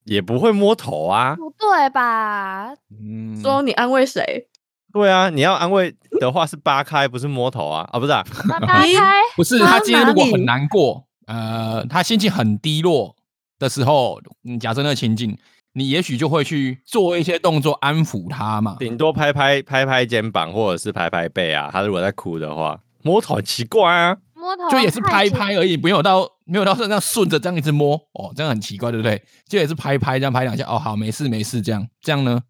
[SPEAKER 4] 也不会摸头啊。
[SPEAKER 2] 不对 吧？
[SPEAKER 3] 嗯，
[SPEAKER 5] 说你安慰谁？
[SPEAKER 4] 对啊，你要安慰的话是扒开，不是摸头啊啊，不是啊，
[SPEAKER 2] 把它打
[SPEAKER 5] 咦
[SPEAKER 2] 开，
[SPEAKER 3] 不是
[SPEAKER 5] 说
[SPEAKER 3] 他今天
[SPEAKER 5] 哪
[SPEAKER 3] 如果
[SPEAKER 5] 里
[SPEAKER 3] 很难过，呃，他心情很低落的时候，嗯，假设那个情境，你也许就会去做一些动作安抚他嘛。
[SPEAKER 4] 顶多拍拍拍拍肩膀或者是拍拍背啊。他如果在哭的话，摸头很奇怪啊。
[SPEAKER 2] 摸头
[SPEAKER 3] 就也是
[SPEAKER 2] 哦太
[SPEAKER 3] 拍
[SPEAKER 2] 奇
[SPEAKER 3] 拍而已，没有到没有到是那样顺着这样一直摸哦，这样很奇怪，对不对？就也是拍拍这样拍两下哦，好，没事没事，这样这样呢，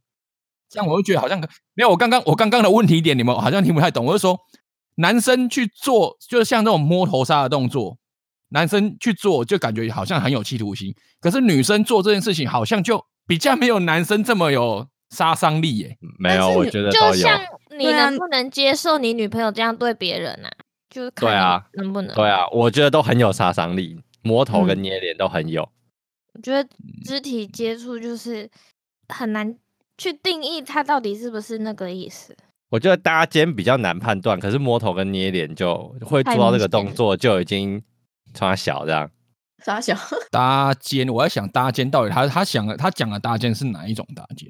[SPEAKER 3] 这样我就觉得好像没有我刚刚我刚刚的问题点，你们好像听不太懂。我就说男生去做，就是像这种摸头杀的动作，男生去做就感觉好像很有企图心，可是女生做这件事情好像就比较没有男生这么有杀伤力耶。
[SPEAKER 4] 没有，
[SPEAKER 5] 但是
[SPEAKER 4] 我
[SPEAKER 5] 你
[SPEAKER 4] 觉得
[SPEAKER 2] 就
[SPEAKER 4] 都有。
[SPEAKER 2] 像你
[SPEAKER 5] 对啊
[SPEAKER 2] 能不能接受你女朋友这样对别人啊？就是看
[SPEAKER 4] 对啊
[SPEAKER 2] 你能不能？
[SPEAKER 4] 对啊，我觉得都很有杀伤力，摸头跟
[SPEAKER 2] 嗯
[SPEAKER 4] 捏脸都很有。
[SPEAKER 2] 我觉得
[SPEAKER 4] 嗯
[SPEAKER 2] 肢体接触就是很难去定义它到底是不是那个意思。
[SPEAKER 4] 我觉得搭肩比较难判断，可是摸头跟捏脸就会
[SPEAKER 2] 太
[SPEAKER 4] 做到
[SPEAKER 2] 明
[SPEAKER 4] 这个
[SPEAKER 2] 显
[SPEAKER 4] 动作就已经穿小这样。
[SPEAKER 5] 傻小，
[SPEAKER 3] 搭肩，我在想搭肩到底他他想的他讲的搭肩是哪一种搭肩？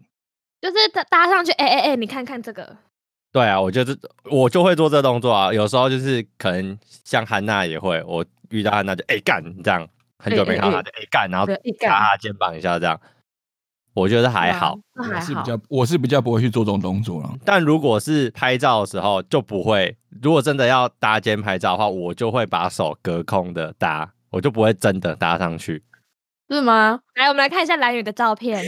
[SPEAKER 2] 就是搭搭上去，哎哎哎，你看看这个，
[SPEAKER 4] 对啊，我觉得这我就会做这动作啊。有时候就是可能像汉娜也会，我遇到汉娜就哎干、这样，很久没看到她
[SPEAKER 5] 哎
[SPEAKER 4] 就哎干、然后
[SPEAKER 5] 对一
[SPEAKER 4] 搭
[SPEAKER 5] 干
[SPEAKER 4] 她肩膀一下这样。我觉得还好，，
[SPEAKER 5] 那
[SPEAKER 3] 我
[SPEAKER 5] 还
[SPEAKER 3] 是
[SPEAKER 5] 好
[SPEAKER 3] 比。较我是比较不会去做这种动作了。
[SPEAKER 4] 但如果是拍照的时候就不会。如果真的要搭肩拍照的话，我就会把手隔空的搭，我就不会真的搭上去。
[SPEAKER 5] 是吗？
[SPEAKER 2] 来，我们来看一下蓝宇的照片。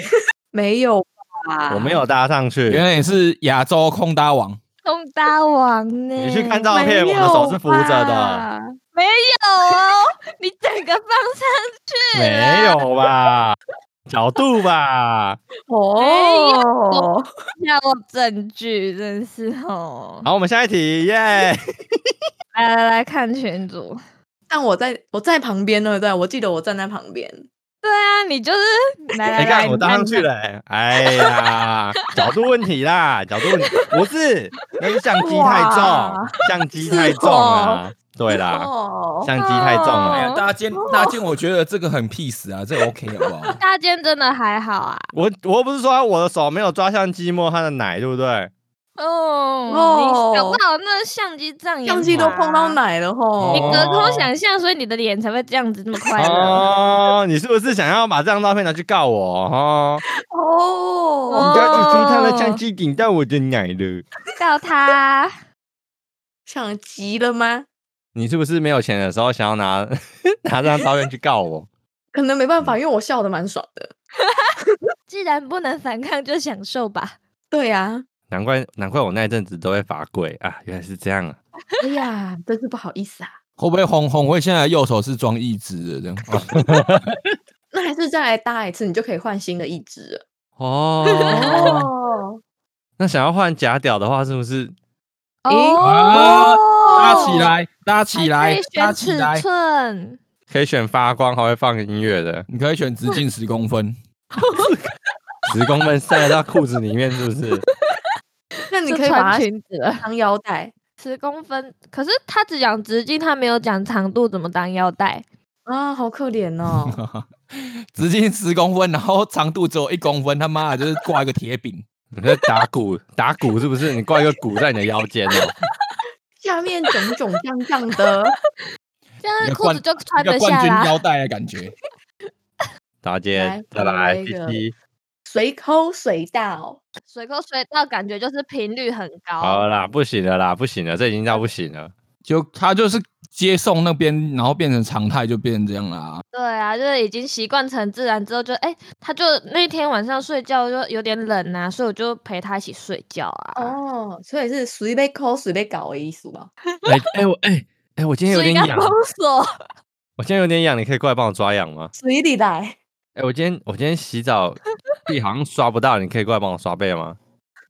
[SPEAKER 5] 没有吧？
[SPEAKER 4] 我没有搭上去，
[SPEAKER 3] 啊原来你是亚洲空搭王，
[SPEAKER 2] 东大王呢？啊
[SPEAKER 4] 你去看照片，我的手是扶着的，
[SPEAKER 2] 没有哦，你整个放上去
[SPEAKER 4] 没
[SPEAKER 2] 了，
[SPEAKER 4] 有吧？角度吧。
[SPEAKER 5] 哦，
[SPEAKER 2] 要我证据，真是哦。
[SPEAKER 4] 好，我们下一题，耶！
[SPEAKER 2] 来来来看群主，
[SPEAKER 5] 但我在我在旁边，对不对？我记得我站在旁边，
[SPEAKER 2] 对啊，你就是来来
[SPEAKER 4] 你
[SPEAKER 2] 来，
[SPEAKER 4] 看哎我搭上去
[SPEAKER 2] 看
[SPEAKER 4] 了，欸哎呀， 角度问题啦，角度问题不是，那是相机太重
[SPEAKER 5] 哇，
[SPEAKER 4] 相机太重啊，对啦，
[SPEAKER 5] 哦，
[SPEAKER 4] 相机太重啊
[SPEAKER 3] 哎
[SPEAKER 4] 了
[SPEAKER 3] 呀，
[SPEAKER 2] 哦。
[SPEAKER 3] 大健，大健，我觉得这个很 peace 啊，这个 OK 好不好？
[SPEAKER 2] 大件真的还好啊，
[SPEAKER 4] 我我不是说我的手没有抓相机摸他的奶，对不对？
[SPEAKER 2] 哦，
[SPEAKER 5] 哦
[SPEAKER 2] 你搞不好那相机障眼法，
[SPEAKER 5] 相机都碰到奶了
[SPEAKER 2] 你啊哦
[SPEAKER 5] 吼，
[SPEAKER 2] 隔空想象，所以你的脸才会这样子那么快乐。
[SPEAKER 4] 哦，你是不是想要把这张照片拿去告我？哦，
[SPEAKER 2] 哦
[SPEAKER 5] 哦
[SPEAKER 4] 你刚已经他的相机顶到我的奶了，
[SPEAKER 2] 告他，
[SPEAKER 5] 想急了吗？
[SPEAKER 4] 你是不是没有钱的时候想要拿 拿这张照片去告我？
[SPEAKER 5] 可能没办法，因为我笑的蛮爽的。
[SPEAKER 2] 既然不能反抗，就享受吧。
[SPEAKER 5] 对啊呀，
[SPEAKER 4] 难怪难怪我那一阵子都会罚跪啊，原来是这样啊。
[SPEAKER 5] 哎呀，真是不好意思啊。
[SPEAKER 3] 会不会红红会现在右手是装义肢的这样？
[SPEAKER 5] 那还是再来搭一次，你就可以换新的一只了。
[SPEAKER 4] 哦，
[SPEAKER 5] 哦，
[SPEAKER 4] 那想要换假屌的话，是不是
[SPEAKER 5] 咦
[SPEAKER 3] 啊
[SPEAKER 2] 哦
[SPEAKER 3] 搭起，来，搭起来，
[SPEAKER 2] 还可
[SPEAKER 3] 搭
[SPEAKER 2] 以选
[SPEAKER 3] 起来？
[SPEAKER 2] 尺！寸，
[SPEAKER 4] 可以选发光还会放音乐的
[SPEAKER 3] 你可以选直径十公分，
[SPEAKER 4] 十公分塞到裤子里面，是不是？
[SPEAKER 5] 那你
[SPEAKER 2] 就
[SPEAKER 5] 可以
[SPEAKER 2] 穿
[SPEAKER 5] 把它
[SPEAKER 2] 裙子了，
[SPEAKER 5] 当腰带。
[SPEAKER 2] 十公分。可是他只讲直径，他没有讲长度，怎么当腰带？
[SPEAKER 5] 啊，好可怜 哦！
[SPEAKER 3] 直径十公分，然后长度只有一公分，他妈的就是挂一个铁饼。
[SPEAKER 4] 你在打鼓，打鼓是不是？你挂一个鼓在你的腰间哦。
[SPEAKER 5] 下面肿肿胀胀的，
[SPEAKER 2] 这样
[SPEAKER 3] 一个
[SPEAKER 2] 裤子
[SPEAKER 3] 冠
[SPEAKER 2] 就穿
[SPEAKER 3] 一个
[SPEAKER 2] 得
[SPEAKER 3] 冠
[SPEAKER 2] 下
[SPEAKER 3] 军
[SPEAKER 2] 啦。
[SPEAKER 3] 腰带的感觉。
[SPEAKER 4] 大姐
[SPEAKER 5] 来，
[SPEAKER 4] 再
[SPEAKER 5] 我
[SPEAKER 4] 来
[SPEAKER 5] 来一
[SPEAKER 4] 第
[SPEAKER 5] 个
[SPEAKER 4] 七，
[SPEAKER 5] 随抠随到。
[SPEAKER 2] 水沟水到感觉就是频率很
[SPEAKER 4] 好啊
[SPEAKER 2] 高。
[SPEAKER 4] 啦，不行了啦，不行了，这已经到不行了。
[SPEAKER 3] 就他就是接送那边，然后变成常态，就变成这样啦、
[SPEAKER 2] 对啊，就是已经习惯成自然之后就，哎，他就那天晚上睡觉就有点冷啊，所以我就陪他一起睡觉啊。
[SPEAKER 5] 哦，所以是随便抠随便搞的意思吧？
[SPEAKER 4] 哎哎我哎哎，我今天有
[SPEAKER 2] 所以
[SPEAKER 4] 点
[SPEAKER 2] 应该
[SPEAKER 4] 痒
[SPEAKER 2] 封，锁。
[SPEAKER 4] 我今天有点痒，你可以过来帮我抓痒吗？
[SPEAKER 5] 随你来，
[SPEAKER 4] 哎，我今天我今天洗澡地好像刷不到，你可以过来帮我刷背吗？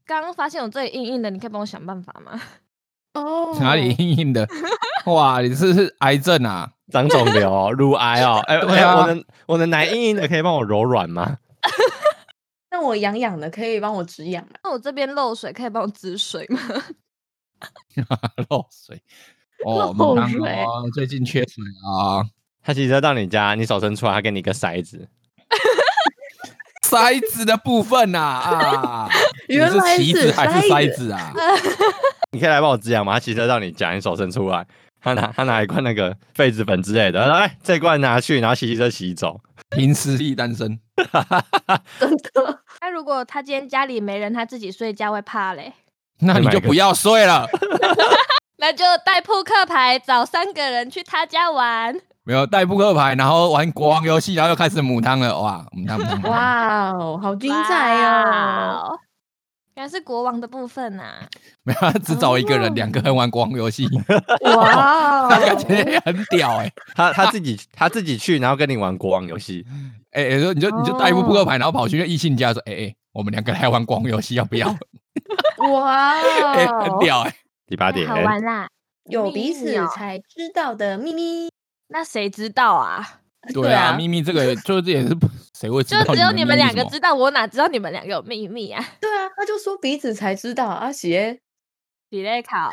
[SPEAKER 2] 刚刚发现我这里硬硬的，你可以帮我想办法吗？
[SPEAKER 5] 哦
[SPEAKER 3] 哪里？硬硬 的？哇，你是不是癌症啊？
[SPEAKER 4] 长肿瘤哦、乳癌哦，哎、
[SPEAKER 3] 对
[SPEAKER 4] 哎
[SPEAKER 3] 啊
[SPEAKER 4] 我的我的奶硬硬的，可以帮我柔软吗？
[SPEAKER 5] 那我痒痒的，可以帮我止痒啊吗？
[SPEAKER 2] 那我这边漏水，可以帮我止水吗？
[SPEAKER 3] 漏水哦，
[SPEAKER 5] 漏
[SPEAKER 3] 门
[SPEAKER 5] 水
[SPEAKER 3] 当哦，最近缺水啊，
[SPEAKER 4] 他骑车到你家，你手伸出来，他给你一个筛子，
[SPEAKER 3] 筛子的部分 呐啊，你
[SPEAKER 5] 原来
[SPEAKER 3] 是棋子还
[SPEAKER 5] 塞
[SPEAKER 3] 是筛子啊？
[SPEAKER 4] 你可以来帮我止痒吗？他骑车到你家，你手伸出来，他拿他拿一罐那个痱子粉之类的，来这罐拿去，然后骑机车骑走。
[SPEAKER 3] 凭实力单身，
[SPEAKER 5] 真的，
[SPEAKER 2] 那如果他今天家里没人，他自己睡觉会怕嘞？
[SPEAKER 3] 那你就不要睡了。
[SPEAKER 2] 那就带扑克牌找三个人去他家玩。
[SPEAKER 3] 没有带扑克牌，然后玩国王游戏，然后又开始母汤了，哇，母汤母汤，母 汤，
[SPEAKER 5] 哇哦，好精彩哦！
[SPEAKER 2] 哇哦！原来是国王的部分啊呐、
[SPEAKER 3] 没有，只找一个人，
[SPEAKER 5] 哦
[SPEAKER 3] 两个人玩国王游戏，
[SPEAKER 5] 哇
[SPEAKER 3] 感
[SPEAKER 5] 哦，
[SPEAKER 3] 觉很屌哎。
[SPEAKER 4] 他他自己他自己去，然后跟你玩国王游戏，
[SPEAKER 3] 哎、欸，说你就你就带一副扑克
[SPEAKER 5] 哦
[SPEAKER 3] 牌，然后跑去那异性家说，哎、欸、哎、我们两个来玩光游戏，要不要？
[SPEAKER 2] 哦
[SPEAKER 5] 哇
[SPEAKER 3] 哎、很
[SPEAKER 5] 哦，
[SPEAKER 3] 屌哎、
[SPEAKER 4] 第八
[SPEAKER 2] 太
[SPEAKER 4] 点
[SPEAKER 2] 好，玩啦！
[SPEAKER 5] 有
[SPEAKER 2] 秘
[SPEAKER 5] 彼此
[SPEAKER 2] 密哦
[SPEAKER 5] 才知道的秘密。
[SPEAKER 2] 那谁知道啊？
[SPEAKER 3] 对啊，秘密这个就是也是 不谁会知
[SPEAKER 2] 就
[SPEAKER 3] 道？
[SPEAKER 2] 只有你们两个
[SPEAKER 3] 知。
[SPEAKER 2] 知道，我哪知道你们两个有秘密啊？
[SPEAKER 5] 对啊，他就说彼此才知道阿邪
[SPEAKER 2] 比类 考，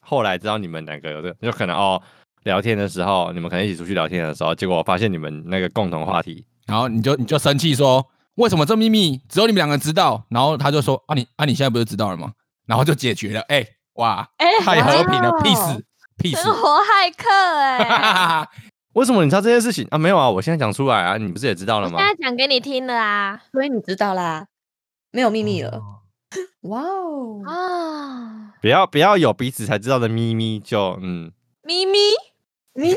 [SPEAKER 4] 后来知道你们两个有这个，就可能哦，聊天的时候，你们可能一起出去聊天的时候，结果我发现你们那个共同话题，
[SPEAKER 3] 然后你就你就生气说，为什么这秘密只有你们两个知道？然后他就说，啊你啊你现在不是知道了吗？然后就解决了，哎、哇，
[SPEAKER 2] 哎、哦
[SPEAKER 3] 太和平了
[SPEAKER 5] 哇
[SPEAKER 3] ，peace
[SPEAKER 2] 生
[SPEAKER 3] peace，
[SPEAKER 2] 活骇客哎、
[SPEAKER 3] 哈哈哈 哈，
[SPEAKER 4] 为什么你知道这件事情啊？没有啊，我现在讲出来啊，你不是也知道
[SPEAKER 2] 我
[SPEAKER 4] 了
[SPEAKER 2] 现
[SPEAKER 4] 吗？
[SPEAKER 2] 在讲给你听了啊
[SPEAKER 5] 所以你知道啦，没有秘密了。哇哦，
[SPEAKER 2] 啊！
[SPEAKER 4] 不要不要有彼此才知道的咪咪就嗯，
[SPEAKER 2] 咪咪
[SPEAKER 5] 秘密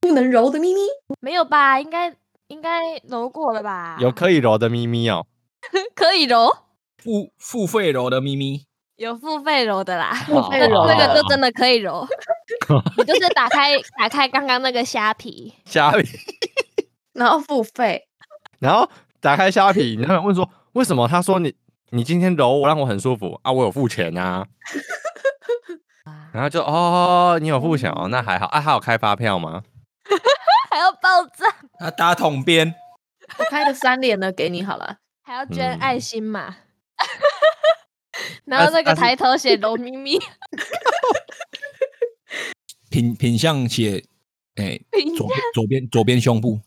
[SPEAKER 5] 不能揉的秘密，
[SPEAKER 2] 没有吧？应该应该揉过了吧？
[SPEAKER 4] 有可以揉的咪咪哦。
[SPEAKER 2] 可以揉。
[SPEAKER 3] 付付费楼的秘密，
[SPEAKER 2] 有付费揉的啦，
[SPEAKER 4] 好
[SPEAKER 2] 那
[SPEAKER 4] 好
[SPEAKER 2] 那个
[SPEAKER 4] 好
[SPEAKER 2] 就真的可以揉，你就是打开打开刚刚那个虾皮，
[SPEAKER 3] 虾皮，
[SPEAKER 5] 然后付费，
[SPEAKER 4] 然后打开虾皮，然后问说为什么？他说你你今天揉我让我很舒服啊，我有付 钱啊。然后就哦，你有付钱哦，那还好啊。还有开发票吗？
[SPEAKER 2] 还要爆炸，
[SPEAKER 3] 他打桶边，
[SPEAKER 5] 我开个三连的给你好了。
[SPEAKER 2] 还要捐
[SPEAKER 4] 嗯
[SPEAKER 2] 爱心嘛。
[SPEAKER 4] 但
[SPEAKER 2] 然后
[SPEAKER 4] 是
[SPEAKER 2] 那个
[SPEAKER 4] 但是
[SPEAKER 2] 抬头写揉咪咪，
[SPEAKER 3] 品品相写，哎、
[SPEAKER 2] 评价
[SPEAKER 3] 左边左边左边胸部，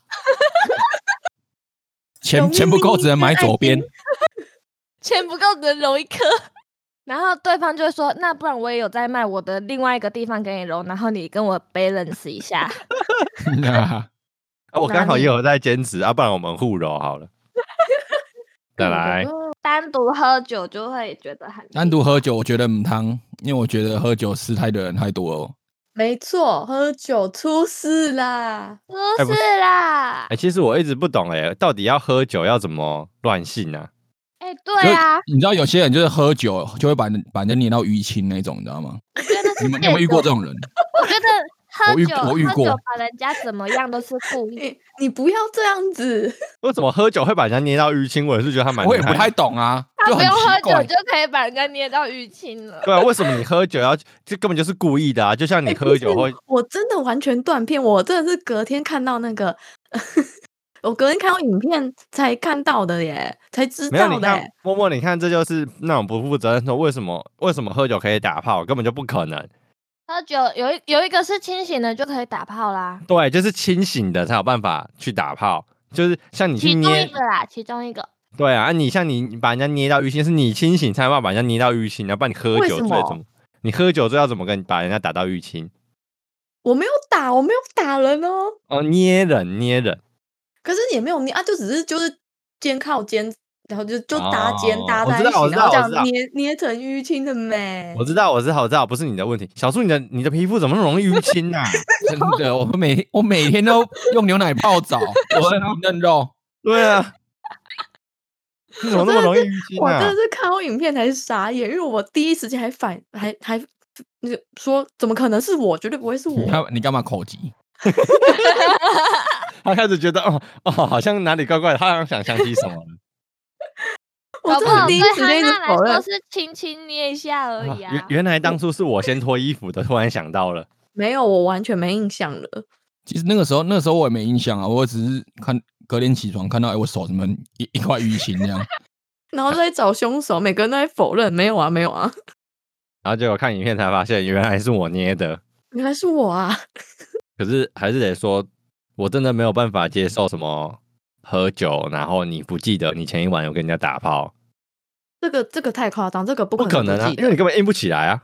[SPEAKER 3] 钱钱不够只能买左边，
[SPEAKER 2] 钱不够只能揉一颗。然后对方就会说：“那不然我也有在卖我的另外一个地方给你揉，然后你跟我 balance 一下。
[SPEAKER 4] 啊，我刚好
[SPEAKER 5] 哪里
[SPEAKER 4] 也有在兼职啊，不然我们互 揉好了。再来，
[SPEAKER 5] 哦
[SPEAKER 2] 单独喝酒就会觉得很
[SPEAKER 3] 单独喝酒我觉得唔汤，因为我觉得喝酒失态的人太多了。
[SPEAKER 5] 没错，喝酒出事啦！
[SPEAKER 2] 不
[SPEAKER 4] 哎不
[SPEAKER 2] 是啦
[SPEAKER 4] 哎、，其实我一直不懂哎、到底要喝酒要怎么乱性啊？
[SPEAKER 2] 哎、对啊，
[SPEAKER 3] 你知道有些人就是喝酒就会把人把人撵到淤青那种，你知道吗？
[SPEAKER 2] 我觉得是
[SPEAKER 3] 你们你有没有遇过这
[SPEAKER 2] 种？
[SPEAKER 3] 种人？
[SPEAKER 2] 我觉得喝
[SPEAKER 3] 我遇
[SPEAKER 2] 酒
[SPEAKER 3] 我遇
[SPEAKER 2] 喝
[SPEAKER 3] 过
[SPEAKER 2] 酒把人家怎么样都是故意。
[SPEAKER 5] 你你不要这样子，
[SPEAKER 4] 为什么喝酒会把人家捏到淤青？我也是觉得他蛮
[SPEAKER 3] 我
[SPEAKER 4] 厉
[SPEAKER 3] 也不
[SPEAKER 4] 害
[SPEAKER 3] 太懂啊，
[SPEAKER 2] 他
[SPEAKER 3] 就
[SPEAKER 2] 不
[SPEAKER 3] 很
[SPEAKER 2] 用喝
[SPEAKER 3] 奇
[SPEAKER 2] 酒
[SPEAKER 3] 怪。
[SPEAKER 2] 就可以把人家捏到淤青了。
[SPEAKER 4] 对啊，为什么你喝酒要这根本就是故意的啊？就像你
[SPEAKER 5] 哎
[SPEAKER 4] 喝酒，会
[SPEAKER 5] 不是我真的完全断片，我真的是隔天看到那个，我隔天看到影片才看到的耶，才知
[SPEAKER 4] 没有
[SPEAKER 5] 道
[SPEAKER 4] 你
[SPEAKER 5] 的欸
[SPEAKER 4] 看
[SPEAKER 5] 耶。
[SPEAKER 4] 默默，你看这就是那种不负责任说为什么为什么喝酒可以打炮，根本就不可能。
[SPEAKER 2] 喝酒有一有一个是清醒的就可以打炮啦，
[SPEAKER 4] 对，就是清醒的才有办法去打炮，就是像你去
[SPEAKER 2] 其中一
[SPEAKER 4] 捏，
[SPEAKER 2] 个啦，其中一个。
[SPEAKER 4] 对啊，啊你像你你把人家捏到淤青，是你清醒才有办法把人家捏到淤青，要不然你喝
[SPEAKER 5] 为
[SPEAKER 4] 酒
[SPEAKER 5] 什
[SPEAKER 4] 醉
[SPEAKER 5] 么
[SPEAKER 4] 怎么？你喝酒醉要怎么跟把人家打到淤青？
[SPEAKER 5] 我没有打，我没有打人哦，
[SPEAKER 4] 哦，捏人捏人，
[SPEAKER 5] 可是也没有捏啊，就只是就是肩靠肩，然后就就搭肩
[SPEAKER 4] 哦
[SPEAKER 5] 搭
[SPEAKER 4] 我
[SPEAKER 5] 在
[SPEAKER 4] 知
[SPEAKER 5] 一
[SPEAKER 4] 道我
[SPEAKER 5] 起，
[SPEAKER 4] 知
[SPEAKER 5] 然后
[SPEAKER 4] 道
[SPEAKER 5] 这
[SPEAKER 4] 我知道
[SPEAKER 5] 样捏捏成淤青的美
[SPEAKER 4] 我。知道，我知道，我知道，不是你的问题。小树，你的你的皮肤怎么那么容易淤青啊？
[SPEAKER 3] 真的，我每我每天都用牛奶泡澡， 我的嫩肉。
[SPEAKER 4] 对啊，你怎么那么容易淤青
[SPEAKER 5] 我真
[SPEAKER 4] 啊
[SPEAKER 5] 的？是看到影片才傻眼，因为我第一时间还反还还那个说怎么可能是我，绝对不会是我
[SPEAKER 3] 你。看你干嘛口急？
[SPEAKER 4] 他开始觉得哦哦，好像哪里怪怪的，他好像想想起什么了。
[SPEAKER 5] 我
[SPEAKER 2] 搞
[SPEAKER 5] 真
[SPEAKER 2] 不
[SPEAKER 5] 的
[SPEAKER 2] 好
[SPEAKER 5] 第
[SPEAKER 2] 对
[SPEAKER 5] 一时间
[SPEAKER 2] 汉
[SPEAKER 5] 一直
[SPEAKER 2] 娜来
[SPEAKER 5] 否认
[SPEAKER 2] 说，是轻轻捏一下而已啊。
[SPEAKER 4] 原原来当初是我先脱衣服的，突然想到了。
[SPEAKER 5] 没有，我完全没印象了。
[SPEAKER 3] 其实那个时候，那时候我也没印象啊，我只是看隔天起床看到，哎、我手怎么一一块淤青这样？
[SPEAKER 5] 然后在找凶手，每个人都在否认，没有啊，没有啊，
[SPEAKER 4] 然后结果看影片才发现，原来是我捏的。
[SPEAKER 5] 原来是我啊！
[SPEAKER 4] 可是还是得说，我真的没有办法接受什么喝酒，然后你不记得你前一晚有跟人家打炮，
[SPEAKER 5] 这个这个太夸张，这个不
[SPEAKER 4] 不可
[SPEAKER 5] 可
[SPEAKER 4] 能
[SPEAKER 5] 能
[SPEAKER 4] 啊，
[SPEAKER 5] 不记
[SPEAKER 4] 因
[SPEAKER 5] 得
[SPEAKER 4] 为你根本硬不起来啊。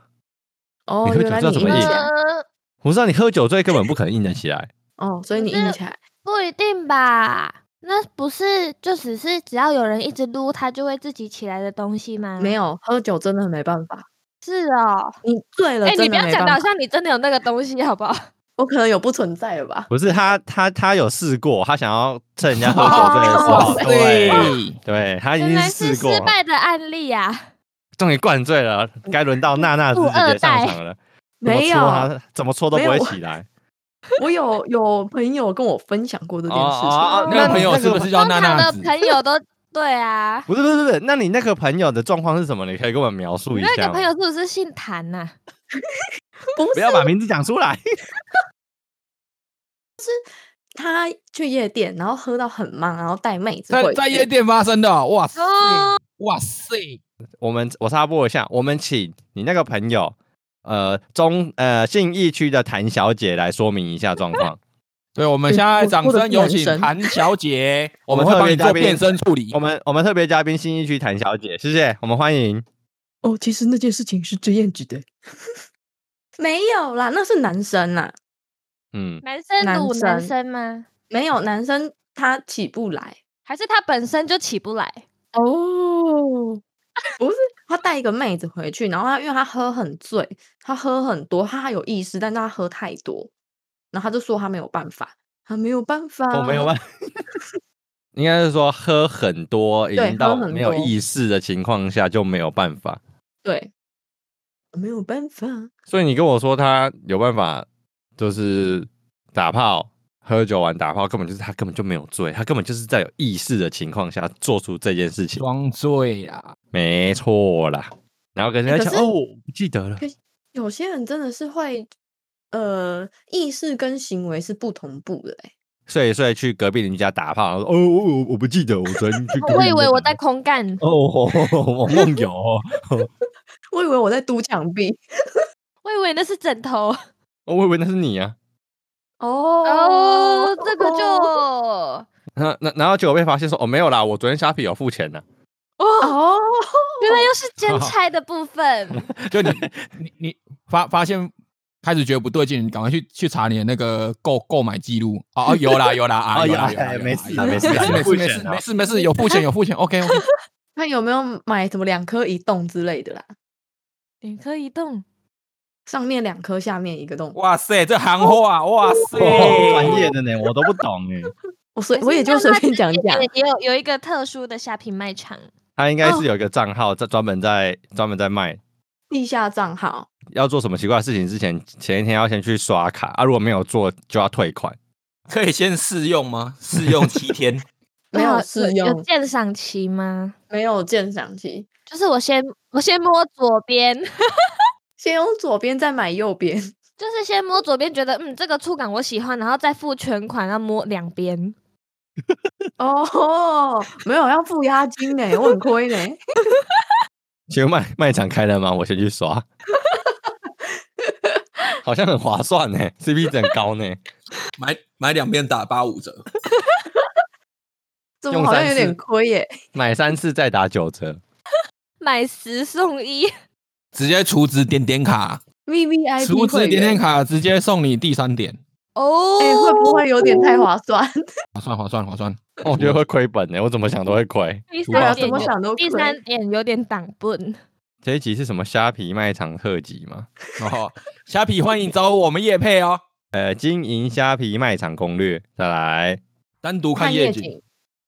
[SPEAKER 5] 哦，
[SPEAKER 4] 你会
[SPEAKER 5] 原来
[SPEAKER 4] 觉得
[SPEAKER 5] 你
[SPEAKER 4] 这
[SPEAKER 5] 硬
[SPEAKER 4] 怎么
[SPEAKER 5] 起
[SPEAKER 4] 硬
[SPEAKER 5] 来
[SPEAKER 2] 呃，
[SPEAKER 4] 我知道你喝酒醉根本不可能硬得起来。
[SPEAKER 5] 哦，所以你硬起来。
[SPEAKER 2] 不一定吧？那不是就只是只要有人一直撸，它就会自己起来的东西吗？
[SPEAKER 5] 没，有喝酒真的没办法，
[SPEAKER 2] 是哦。
[SPEAKER 5] 嗯你醉了
[SPEAKER 2] 哎、你
[SPEAKER 5] 真
[SPEAKER 2] 不
[SPEAKER 5] 的
[SPEAKER 2] 要
[SPEAKER 5] 没
[SPEAKER 2] 讲的
[SPEAKER 5] 办法
[SPEAKER 2] 好。像你真的有那个东西，好不好？
[SPEAKER 5] 我可能有不存在了吧？
[SPEAKER 4] 不是他，他他有试过，他想要趁人家喝酒醉的时候
[SPEAKER 3] 哇，
[SPEAKER 5] 哦
[SPEAKER 4] 对
[SPEAKER 3] 塞
[SPEAKER 4] 对，他已
[SPEAKER 2] 原
[SPEAKER 4] 经
[SPEAKER 2] 来
[SPEAKER 4] 试
[SPEAKER 2] 是
[SPEAKER 4] 过
[SPEAKER 2] 失，败的案例啊！
[SPEAKER 4] 终于灌醉了，该轮到娜娜自己
[SPEAKER 2] 富嗯二
[SPEAKER 4] 姐
[SPEAKER 2] 代
[SPEAKER 4] 上场了。怎么啊
[SPEAKER 5] 没
[SPEAKER 4] 搓
[SPEAKER 5] 有，
[SPEAKER 4] 她怎么搓都不
[SPEAKER 5] 没有
[SPEAKER 4] 会
[SPEAKER 5] 我
[SPEAKER 4] 起来。
[SPEAKER 5] 我有有朋友跟我分享过这件事情。
[SPEAKER 4] 哦哦哦
[SPEAKER 3] 那个
[SPEAKER 4] 那你
[SPEAKER 3] 朋友
[SPEAKER 4] 那个
[SPEAKER 3] 是不是叫
[SPEAKER 2] 通
[SPEAKER 3] 娜
[SPEAKER 2] 常
[SPEAKER 3] 娜
[SPEAKER 2] 的
[SPEAKER 3] 子？
[SPEAKER 2] 朋友都对啊。
[SPEAKER 4] 不是不是不是，那你那个朋友的状况是什么？你可以跟我们描述
[SPEAKER 2] 你
[SPEAKER 4] 一
[SPEAKER 2] 那
[SPEAKER 4] 下哦
[SPEAKER 2] 个
[SPEAKER 4] 吗。
[SPEAKER 2] 朋友是不是姓谭啊呐、
[SPEAKER 5] 不
[SPEAKER 4] 不
[SPEAKER 5] 是
[SPEAKER 4] 要把名字讲出来。
[SPEAKER 5] 他去夜店，然后喝到很忙，然后带妹子
[SPEAKER 3] 在
[SPEAKER 5] 回
[SPEAKER 3] 在
[SPEAKER 5] 去嗯
[SPEAKER 3] 夜店发生的哦，哇塞，
[SPEAKER 2] 哦
[SPEAKER 3] 哇塞！
[SPEAKER 4] 我们我插播一下，我们请你那个朋友，呃，中呃信义区的谭小姐来说明一下状 况。
[SPEAKER 3] 对，我们
[SPEAKER 5] 嗯
[SPEAKER 3] 现在
[SPEAKER 5] 我
[SPEAKER 3] 掌
[SPEAKER 5] 我的
[SPEAKER 3] 声有
[SPEAKER 5] 眼
[SPEAKER 3] 请
[SPEAKER 5] 神
[SPEAKER 3] 谭小 姐，我
[SPEAKER 4] 我
[SPEAKER 3] 们
[SPEAKER 4] 们
[SPEAKER 3] 会帮你
[SPEAKER 4] 特别嘉
[SPEAKER 3] 做
[SPEAKER 4] 宾
[SPEAKER 3] 变身处理
[SPEAKER 4] 我。们我们特别嘉宾信义区谭小姐，谢谢，我们欢迎。
[SPEAKER 5] 哦，其实那件事情是这样子的。 没有啦，那是男生啊啦，
[SPEAKER 4] 嗯，
[SPEAKER 2] 男生
[SPEAKER 5] 男
[SPEAKER 2] 撸男
[SPEAKER 5] 生
[SPEAKER 2] 生吗？
[SPEAKER 5] 没有男生他起不来
[SPEAKER 2] 还是他本身就起不来？
[SPEAKER 5] 哦。 不是，他带一个妹子回去，然后他因为他喝很醉，他喝很多，他还有意识，但是他喝太多，然后他就说他没有办法，他没有办法，
[SPEAKER 4] 我没有问。嗯 应该是说喝很多，已
[SPEAKER 5] 对
[SPEAKER 4] 经到
[SPEAKER 5] 喝很
[SPEAKER 4] 没有
[SPEAKER 5] 多
[SPEAKER 4] 意识的情况下就没有办法。
[SPEAKER 5] 对，没有办法。
[SPEAKER 4] 所以你跟我说他有办法，就是打炮、喝酒完打炮，根本就是他根本就没有醉，他根本就是在有意识的情况下做出这件事情，
[SPEAKER 3] 装醉啊啦，
[SPEAKER 4] 没错啦。然后跟
[SPEAKER 5] 欸
[SPEAKER 4] 人家
[SPEAKER 5] 可
[SPEAKER 4] 讲、
[SPEAKER 5] 是
[SPEAKER 4] 哦，我不记得了
[SPEAKER 5] 可，有些人真的是会，呃，意识跟行为是不同步的、欸。
[SPEAKER 4] 所以所以去隔壁邻居家打炮，然后说哦，我我我不记得，我昨天去隔壁邻居家打炮。
[SPEAKER 2] 哦我以为我在空干，
[SPEAKER 4] 哦， 我梦游哦，
[SPEAKER 5] 我以为我在嘟墙壁。
[SPEAKER 2] 我以为那是枕头。
[SPEAKER 4] 哦我以为那是你啊。
[SPEAKER 5] 哦
[SPEAKER 2] 哦， 这个就哦，
[SPEAKER 4] 那那然后结果被发现说哦没有啦，我昨天虾皮有付钱呢、
[SPEAKER 5] 哦，
[SPEAKER 2] 原来又是兼差的部分。
[SPEAKER 3] 就 你你你发发现开始觉得不对劲，你赶快去去查你的那个购购买记录啊啊有 啦有啦啊
[SPEAKER 4] 哦
[SPEAKER 3] 有啦
[SPEAKER 4] 有
[SPEAKER 3] 有
[SPEAKER 4] 啦
[SPEAKER 3] 啦有啦
[SPEAKER 4] 没事
[SPEAKER 3] 有啦
[SPEAKER 4] 没事
[SPEAKER 3] 没事
[SPEAKER 4] 有
[SPEAKER 3] 没
[SPEAKER 4] 付
[SPEAKER 3] 事没
[SPEAKER 4] 钱
[SPEAKER 3] 事
[SPEAKER 4] 啊
[SPEAKER 3] 没事没事有付钱有付钱 OK OK
[SPEAKER 5] 看有没有买什么两颗一洞之类的啦，
[SPEAKER 2] 两颗一动，
[SPEAKER 5] 上面两颗，下面一个洞。
[SPEAKER 3] 哇塞这行话哇塞
[SPEAKER 4] 哦的呢，我都不懂哎。
[SPEAKER 5] 我所以我也就随便讲讲。
[SPEAKER 2] 也有有一个特殊的虾皮卖场，
[SPEAKER 4] 他应该是有一个账号在专门在专门在卖。
[SPEAKER 5] 地下账号，
[SPEAKER 4] 要做什么奇怪的事情之前，前一天要先去刷卡啊，如果没有做就要退款。
[SPEAKER 3] 可以先试用吗？试用七天
[SPEAKER 5] 没有
[SPEAKER 2] 那
[SPEAKER 5] 试
[SPEAKER 2] 有
[SPEAKER 5] 用，
[SPEAKER 2] 鉴赏期吗？
[SPEAKER 5] 没有鉴赏期，
[SPEAKER 2] 就是我先我先摸左边，
[SPEAKER 5] 先用左边再买右边。
[SPEAKER 2] 就是先摸左边，觉得嗯这个触感我喜欢，然后再付全款，然后摸两边。
[SPEAKER 5] 哦，没有要付押金呢，我很亏呢。
[SPEAKER 4] 请问卖卖场开了吗？我先去刷。好像很划算呢，CP 值很高呢。
[SPEAKER 3] 买买两边打八五折，
[SPEAKER 5] 怎
[SPEAKER 4] 用
[SPEAKER 5] 么好像
[SPEAKER 4] 三
[SPEAKER 5] 有
[SPEAKER 4] 次
[SPEAKER 5] 点亏耶？
[SPEAKER 4] 买三次再打九折，
[SPEAKER 2] 买十送一，
[SPEAKER 3] 直接储值点点卡，
[SPEAKER 5] V V I
[SPEAKER 3] 储
[SPEAKER 5] P
[SPEAKER 3] 值
[SPEAKER 5] 会
[SPEAKER 3] 点点
[SPEAKER 5] 员，
[SPEAKER 3] 卡直接送你第三点，
[SPEAKER 2] 哦，
[SPEAKER 5] 哎、会不会有点太划算？
[SPEAKER 3] 划算划算划算。
[SPEAKER 4] 哦我觉得会亏本呢。我怎么想都会亏。
[SPEAKER 2] 第
[SPEAKER 3] 对啊
[SPEAKER 2] 三
[SPEAKER 3] 怎
[SPEAKER 2] 点
[SPEAKER 3] 么
[SPEAKER 2] 有
[SPEAKER 5] 想都
[SPEAKER 2] 第
[SPEAKER 5] 亏
[SPEAKER 2] 三点有点挡笨，
[SPEAKER 4] 这一集是什么虾皮卖场特辑吗？
[SPEAKER 3] 哦，虾皮欢迎找我们叶配哦，
[SPEAKER 4] 呃，经营虾皮卖场攻略，再来
[SPEAKER 3] 单独
[SPEAKER 5] 看
[SPEAKER 3] 看夜景，
[SPEAKER 5] 景，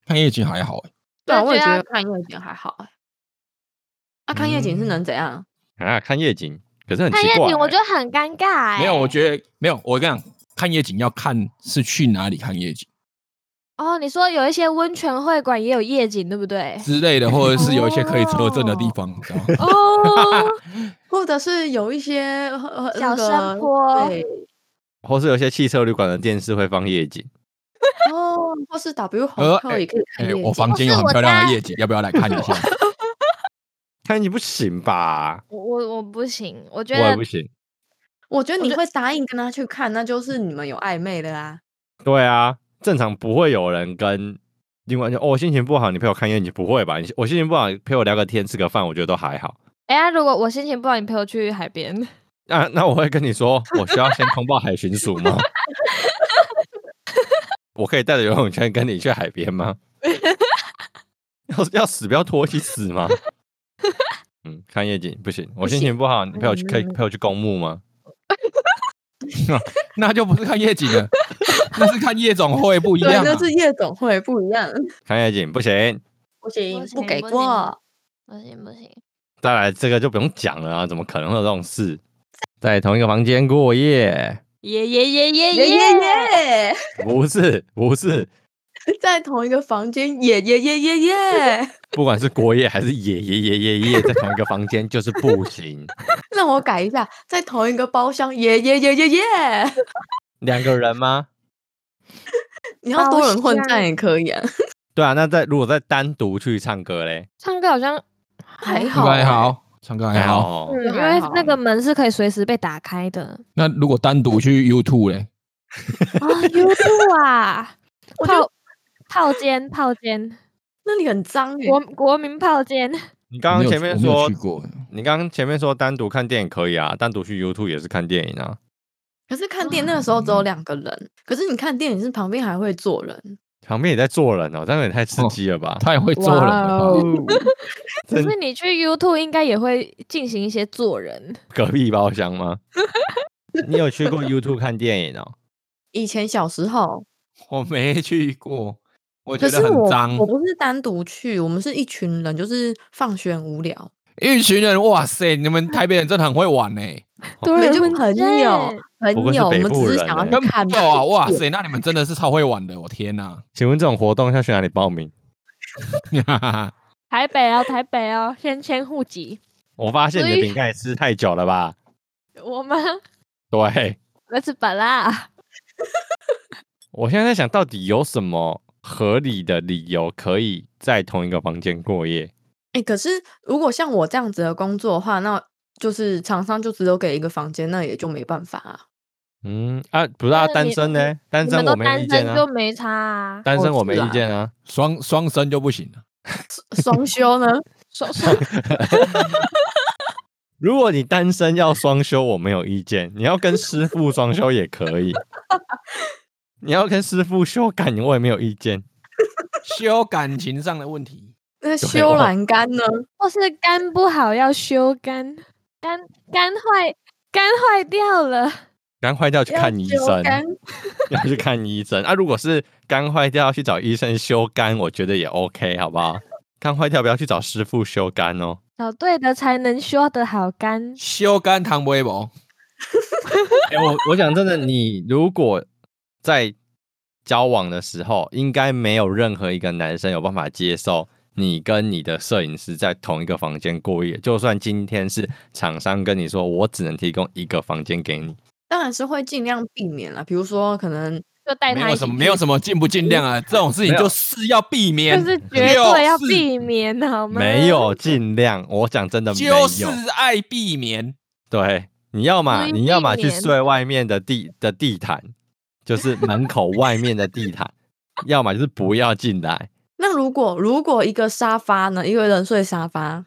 [SPEAKER 3] 看夜景还好欸
[SPEAKER 5] 对啊，
[SPEAKER 2] 对
[SPEAKER 5] 我也
[SPEAKER 2] 觉
[SPEAKER 5] 觉
[SPEAKER 2] 得
[SPEAKER 5] 得看夜景还好哎。啊，看夜景是能怎样？
[SPEAKER 4] 啊，看夜景，可是很奇
[SPEAKER 2] 看夜
[SPEAKER 4] 怪、欸
[SPEAKER 2] 景我觉得很尴尬哎、
[SPEAKER 3] 没有，我觉得没有。我跟你讲，看夜景要看是去哪里看夜景？
[SPEAKER 2] 哦，你说有一些温泉会馆也有夜景，对不对
[SPEAKER 3] 之类
[SPEAKER 5] 哦
[SPEAKER 3] 的，或者是有一些可以车震的地方，你知道吗？哎
[SPEAKER 2] 哦，
[SPEAKER 5] 或者是有一些呃
[SPEAKER 2] 小
[SPEAKER 5] 那个
[SPEAKER 2] 山坡
[SPEAKER 5] 对，
[SPEAKER 4] 或是有些汽车旅馆的电视会放夜景。
[SPEAKER 5] 哦，或是 W 红
[SPEAKER 3] 呃
[SPEAKER 5] 客
[SPEAKER 3] 哎
[SPEAKER 5] 也可以看
[SPEAKER 3] 哎、
[SPEAKER 5] 夜景。哦
[SPEAKER 3] 我房间有很漂亮的夜景，要不要来 看一下？
[SPEAKER 4] 看你不行吧？
[SPEAKER 2] 我我我不行，我觉
[SPEAKER 4] 我也
[SPEAKER 2] 得
[SPEAKER 4] 不行。
[SPEAKER 5] 我觉得你会答应跟他去看，那就是你们有暧昧的啦。
[SPEAKER 4] 对啊，正常不会有人跟另外就哦，我心情不好，你陪我看夜景，不会吧？你我心情不好，陪我聊个天，吃个饭，我觉得都还好。
[SPEAKER 2] 哎呀，如果我心情不好，你陪我去海边，
[SPEAKER 4] 那、那我会跟你说，我需要先通报海巡署吗？ 我可以带着游泳圈跟你去海边吗？要要死不要拖一起死吗？嗯，看夜景不行，嗯我心情不好，你陪我去可以陪我去公墓吗？
[SPEAKER 3] 那就不是看夜景了， 那是看夜总会不一
[SPEAKER 5] 对，
[SPEAKER 3] 样、啊
[SPEAKER 5] 那。是夜总会不一样，
[SPEAKER 4] 看夜景不行，
[SPEAKER 5] 不行
[SPEAKER 2] 不
[SPEAKER 5] 不
[SPEAKER 2] 行
[SPEAKER 5] 给
[SPEAKER 2] 不
[SPEAKER 5] 过。
[SPEAKER 2] 不行不行，
[SPEAKER 4] 再来这个就不用讲了啊，怎么可能会有这种事？在同一个房间过夜，
[SPEAKER 2] 耶耶耶耶
[SPEAKER 5] 耶耶！耶！
[SPEAKER 4] 不是不是，
[SPEAKER 5] 在同一个房间，耶耶耶耶 耶！
[SPEAKER 4] 不管是过夜还是夜夜夜夜夜，在同一个房间就是不行。
[SPEAKER 5] 让我改一下，在同一个包厢，耶耶耶 耶耶！
[SPEAKER 4] 两个人吗？
[SPEAKER 5] 你要多人混战也可以啊，
[SPEAKER 4] 对啊，那在如果再单独去唱歌嘞，
[SPEAKER 2] 唱歌好像
[SPEAKER 5] 还
[SPEAKER 3] 唱
[SPEAKER 5] 好
[SPEAKER 3] 歌
[SPEAKER 5] 欸
[SPEAKER 3] 还，好，唱歌还
[SPEAKER 4] 还
[SPEAKER 3] 哎好。
[SPEAKER 4] 好
[SPEAKER 2] 嗯，因
[SPEAKER 5] 还
[SPEAKER 2] 为
[SPEAKER 5] 好
[SPEAKER 2] 那个门是可以随时被打开的。
[SPEAKER 3] 那如果单独去 YouTube 嘞，
[SPEAKER 2] 啊，YouTube 啊，
[SPEAKER 5] 我
[SPEAKER 2] 炮炮间炮间，
[SPEAKER 5] 那里很脏欸耶。
[SPEAKER 2] 国国民炮间，
[SPEAKER 4] 你刚刚前面
[SPEAKER 3] 我没有
[SPEAKER 4] 说
[SPEAKER 3] 我没有去，过，
[SPEAKER 4] 你刚刚前面说单独看电影可以啊，单独去 YouTube 也是看电影啊，
[SPEAKER 5] 可是看电影那个时候只有两个人，可是你看电影是旁边还会坐人，
[SPEAKER 4] 旁边也在做人哦，这样也太刺激了吧？
[SPEAKER 3] 他也会做人哦的
[SPEAKER 5] 哦
[SPEAKER 3] 吧。
[SPEAKER 2] 可
[SPEAKER 4] 真
[SPEAKER 2] 是你去 YouTube 应该也会进行一些做人。
[SPEAKER 4] 隔壁包厢吗？ 你有去过 YouTube 看电影哦？
[SPEAKER 5] 以前小时候，
[SPEAKER 3] 我没去过，我
[SPEAKER 5] 可
[SPEAKER 3] 觉
[SPEAKER 5] 是
[SPEAKER 3] 得
[SPEAKER 5] 我
[SPEAKER 3] 很脏
[SPEAKER 5] 我。不是单独去，我们是一群人，就是放学很无聊，
[SPEAKER 3] 一群人，哇塞，你们台北人真的很会玩呢、
[SPEAKER 5] 我
[SPEAKER 2] 对，
[SPEAKER 5] 们就朋友
[SPEAKER 4] 不
[SPEAKER 5] 朋友，
[SPEAKER 4] 过是
[SPEAKER 5] 我
[SPEAKER 4] 北
[SPEAKER 5] 们
[SPEAKER 4] 部
[SPEAKER 5] 只是
[SPEAKER 4] 人
[SPEAKER 5] 想
[SPEAKER 4] 欸
[SPEAKER 5] 要
[SPEAKER 3] 跟
[SPEAKER 5] 去看
[SPEAKER 3] 朋友啊，哇塞，那你们真的是超会玩的，我天啊 哪、
[SPEAKER 4] 请问这种活动要去哪里报名？
[SPEAKER 2] 台北哦，台北哦，先迁户籍。
[SPEAKER 4] 我发现你
[SPEAKER 2] 所
[SPEAKER 4] 的
[SPEAKER 2] 以
[SPEAKER 4] 饼干也吃太久了吧？
[SPEAKER 2] 我 吗？
[SPEAKER 4] 对，
[SPEAKER 2] 那是本啦。
[SPEAKER 4] 我现在在想到底有什么合理的理由可以在同一个房间过夜？
[SPEAKER 5] 哎、可是如果像我这样子的工作的话，那就是厂商就只有给一个房间，那也就没办法啊。
[SPEAKER 4] 嗯啊，不是啊，
[SPEAKER 2] 那
[SPEAKER 4] 单
[SPEAKER 2] 你
[SPEAKER 4] 身呢？单
[SPEAKER 2] 你
[SPEAKER 4] 身
[SPEAKER 2] 们都
[SPEAKER 4] 我没有
[SPEAKER 2] 单
[SPEAKER 4] 意见
[SPEAKER 2] 身就
[SPEAKER 4] 啊，
[SPEAKER 2] 没差啊。
[SPEAKER 4] 单身
[SPEAKER 5] 哦
[SPEAKER 4] 我没
[SPEAKER 5] 是
[SPEAKER 4] 意
[SPEAKER 5] 啊
[SPEAKER 4] 见啊。
[SPEAKER 3] 双双生就不行了。
[SPEAKER 5] 双休呢？
[SPEAKER 2] 说说
[SPEAKER 4] 如果你单身要双休，我没有意见。你要跟师傅双休也可 以，你要跟师傅修改，我也没有意见。
[SPEAKER 3] 修感情上的问题，
[SPEAKER 5] 那
[SPEAKER 4] 对哦
[SPEAKER 5] 修
[SPEAKER 4] 我
[SPEAKER 5] 栏杆呢？
[SPEAKER 2] 或是肝不好要修肝，肝肝坏肝坏掉了，
[SPEAKER 4] 肝坏掉去
[SPEAKER 5] 要
[SPEAKER 4] 看医
[SPEAKER 5] 修
[SPEAKER 4] 生，
[SPEAKER 5] 肝
[SPEAKER 4] 要去看医生啊！如果是肝坏掉去找医生修肝，我觉得也 OK，好不好？肝坏掉不要去找师傅修肝哦。
[SPEAKER 2] 找对的才能修得好肝。
[SPEAKER 3] 修肝糖微博，
[SPEAKER 4] 哎、我我讲真的，你如果在交往的时候，应该没有任何一个男生有办法接受你跟你的摄影师在同一个房间过夜。就算今天是厂商跟你说，我只能提供一个房间给你，
[SPEAKER 5] 当然是会尽量避免了。比如说，可能
[SPEAKER 2] 就带
[SPEAKER 3] 没
[SPEAKER 2] 他一
[SPEAKER 3] 有
[SPEAKER 2] 起
[SPEAKER 3] 什么
[SPEAKER 2] 去
[SPEAKER 3] 没有什么尽不尽量啊，这种事情
[SPEAKER 4] 没有
[SPEAKER 3] 就是要避免，
[SPEAKER 2] 就是绝对要避免好吗？
[SPEAKER 4] 没有尽量。我讲真的，没有。
[SPEAKER 3] 就是，就是爱避免。
[SPEAKER 4] 对，你要嘛
[SPEAKER 2] 注意
[SPEAKER 4] 你要
[SPEAKER 2] 避
[SPEAKER 4] 嘛去
[SPEAKER 2] 免
[SPEAKER 4] 睡外面的地的地毯，就是门口外面的地毯， 要么就是不要进来。
[SPEAKER 5] 那如果如果一个沙发呢，一个人睡沙发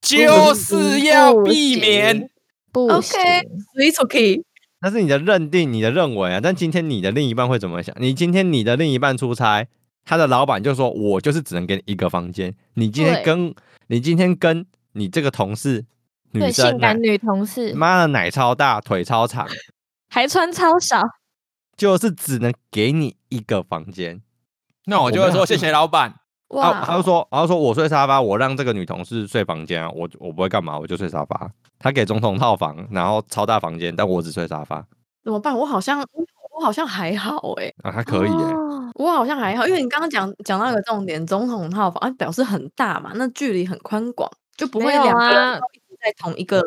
[SPEAKER 3] 就是要避免。
[SPEAKER 2] 不行。
[SPEAKER 5] ，OK，谁出去？
[SPEAKER 4] 那是你的认定，你的认为啊。但今天你的另一半会怎么想？你今天你的另一半出差，他的老板就说：“我就是只能给你一个房间。”你今天
[SPEAKER 2] 对
[SPEAKER 4] 跟你今天跟你这个同事女
[SPEAKER 2] 对，性
[SPEAKER 4] 生奶
[SPEAKER 2] 感，女同事
[SPEAKER 4] 妈的奶超大，腿超长，
[SPEAKER 2] 还穿超少，
[SPEAKER 4] 就是只能给你一个房间。
[SPEAKER 3] 那我就会说谢谢老板，
[SPEAKER 4] 啊，
[SPEAKER 5] 哇，
[SPEAKER 4] 他就说，然后说我睡沙发，我让这个女同事睡房间啊，我我不会干嘛，我就睡沙发。他给总统套房，然后超大房间，但我只睡沙发
[SPEAKER 5] 怎么办？我好像
[SPEAKER 2] 嗯
[SPEAKER 5] 我好像还好哎、
[SPEAKER 4] 啊，他可以耶、
[SPEAKER 2] 哦
[SPEAKER 5] 我好像还好，因为你刚刚讲讲到一个重点，总统套房啊，表示很大嘛，那距离很宽广，就不
[SPEAKER 2] 没
[SPEAKER 5] 会
[SPEAKER 2] 有
[SPEAKER 5] 两个
[SPEAKER 2] 啊
[SPEAKER 5] 人都一直在同一个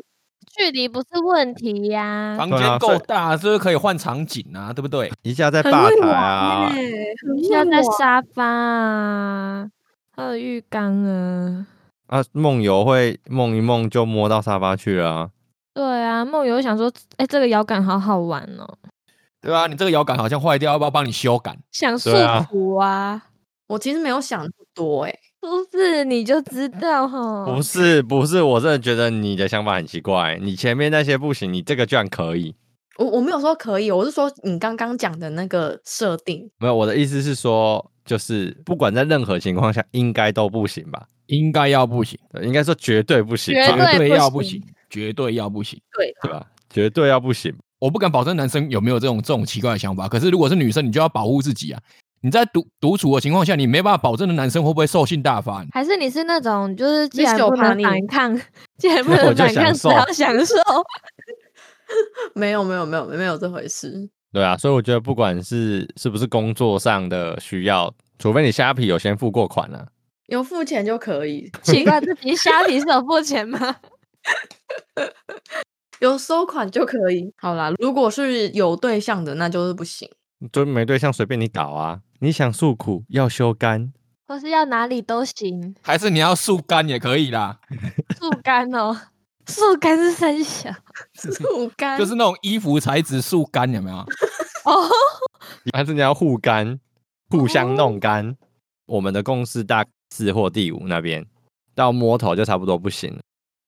[SPEAKER 2] 距离不是问题呀、
[SPEAKER 3] 房
[SPEAKER 4] 对
[SPEAKER 3] 间
[SPEAKER 4] 啊所
[SPEAKER 3] 够
[SPEAKER 4] 以
[SPEAKER 3] 大，是不是可以换场景啊？对不对？
[SPEAKER 4] 欸一下在
[SPEAKER 5] 很
[SPEAKER 4] 吧
[SPEAKER 5] 会
[SPEAKER 4] 台
[SPEAKER 5] 玩
[SPEAKER 4] 啊，
[SPEAKER 5] 欸很会
[SPEAKER 2] 要在
[SPEAKER 5] 玩
[SPEAKER 2] 沙发啊，还有浴缸啊。
[SPEAKER 4] 啊，梦游会梦一梦就摸到沙发去了啊、
[SPEAKER 2] 对啊，梦游想说，哎、这个摇杆好好玩哦，
[SPEAKER 3] 对啊，你这个摇杆好像坏掉，要不要帮你修改？
[SPEAKER 2] 想束
[SPEAKER 4] 对啊
[SPEAKER 2] 缚啊，
[SPEAKER 5] 我其实没有想那么多哎、
[SPEAKER 2] 是不是？你就知道哈，
[SPEAKER 4] 不是不是，我真的觉得你的想法很奇怪。你前面那些不行，你这个居然可以。
[SPEAKER 5] 我我没有说可以，我是说你刚刚讲的那个设定，
[SPEAKER 4] 没有，我的意思是说，就是不管在任何情况下，应该都不行吧？
[SPEAKER 3] 应该要不行，
[SPEAKER 4] 对应该说绝对不行
[SPEAKER 2] 绝
[SPEAKER 4] 吧，
[SPEAKER 3] 绝
[SPEAKER 2] 哎对
[SPEAKER 3] 对
[SPEAKER 2] 不
[SPEAKER 3] 要不
[SPEAKER 2] 行
[SPEAKER 3] 行，绝对要不行。
[SPEAKER 4] 对吧？绝对要不行。
[SPEAKER 3] 我不敢保证男生有没有这种这种奇怪的想法，可是如果是女生，你就要保护自己啊。你在独独处的情况下，你没办法保证的男生会不会兽性大发。
[SPEAKER 2] 还是你是那种，就是既
[SPEAKER 5] 你
[SPEAKER 2] 然
[SPEAKER 5] 是有
[SPEAKER 2] 不
[SPEAKER 5] 怕
[SPEAKER 2] 能
[SPEAKER 5] 你
[SPEAKER 2] 反抗，既 然不
[SPEAKER 4] 我
[SPEAKER 2] 能
[SPEAKER 4] 就
[SPEAKER 2] 反抗，
[SPEAKER 4] 享
[SPEAKER 2] 只要享 受。
[SPEAKER 5] 没有没有没有没有这回事。
[SPEAKER 4] 对啊，所以我觉得不管是是不是工作上的需要，除非你虾皮有先付过款了、啊，
[SPEAKER 5] 有付钱就可以，
[SPEAKER 2] 奇怪，自己虾皮是有付钱吗？
[SPEAKER 5] 有收款就可以。好啦，如果是有对象的，那就是不行。
[SPEAKER 4] 就没对象随便你搞啊。你想诉苦要修肝，
[SPEAKER 2] 或是要哪里都行，
[SPEAKER 3] 还是你要速干也可以啦，
[SPEAKER 2] 速干哦，速干是三小
[SPEAKER 5] 速
[SPEAKER 2] 嗯
[SPEAKER 5] 干
[SPEAKER 3] 就是那种衣服材质速干有没有？
[SPEAKER 2] 哦，
[SPEAKER 4] 还是你要互干，互相
[SPEAKER 2] 哦
[SPEAKER 4] 弄干。我们的共识大概四或第五那边，到摸头就差不多不行了。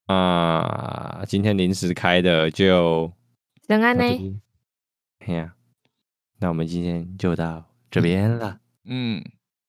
[SPEAKER 4] 啊、今天临时开的就
[SPEAKER 2] 人安
[SPEAKER 4] 那就
[SPEAKER 2] 呢？
[SPEAKER 4] 是哎呀，那我们今天就到这边了。
[SPEAKER 3] 嗯，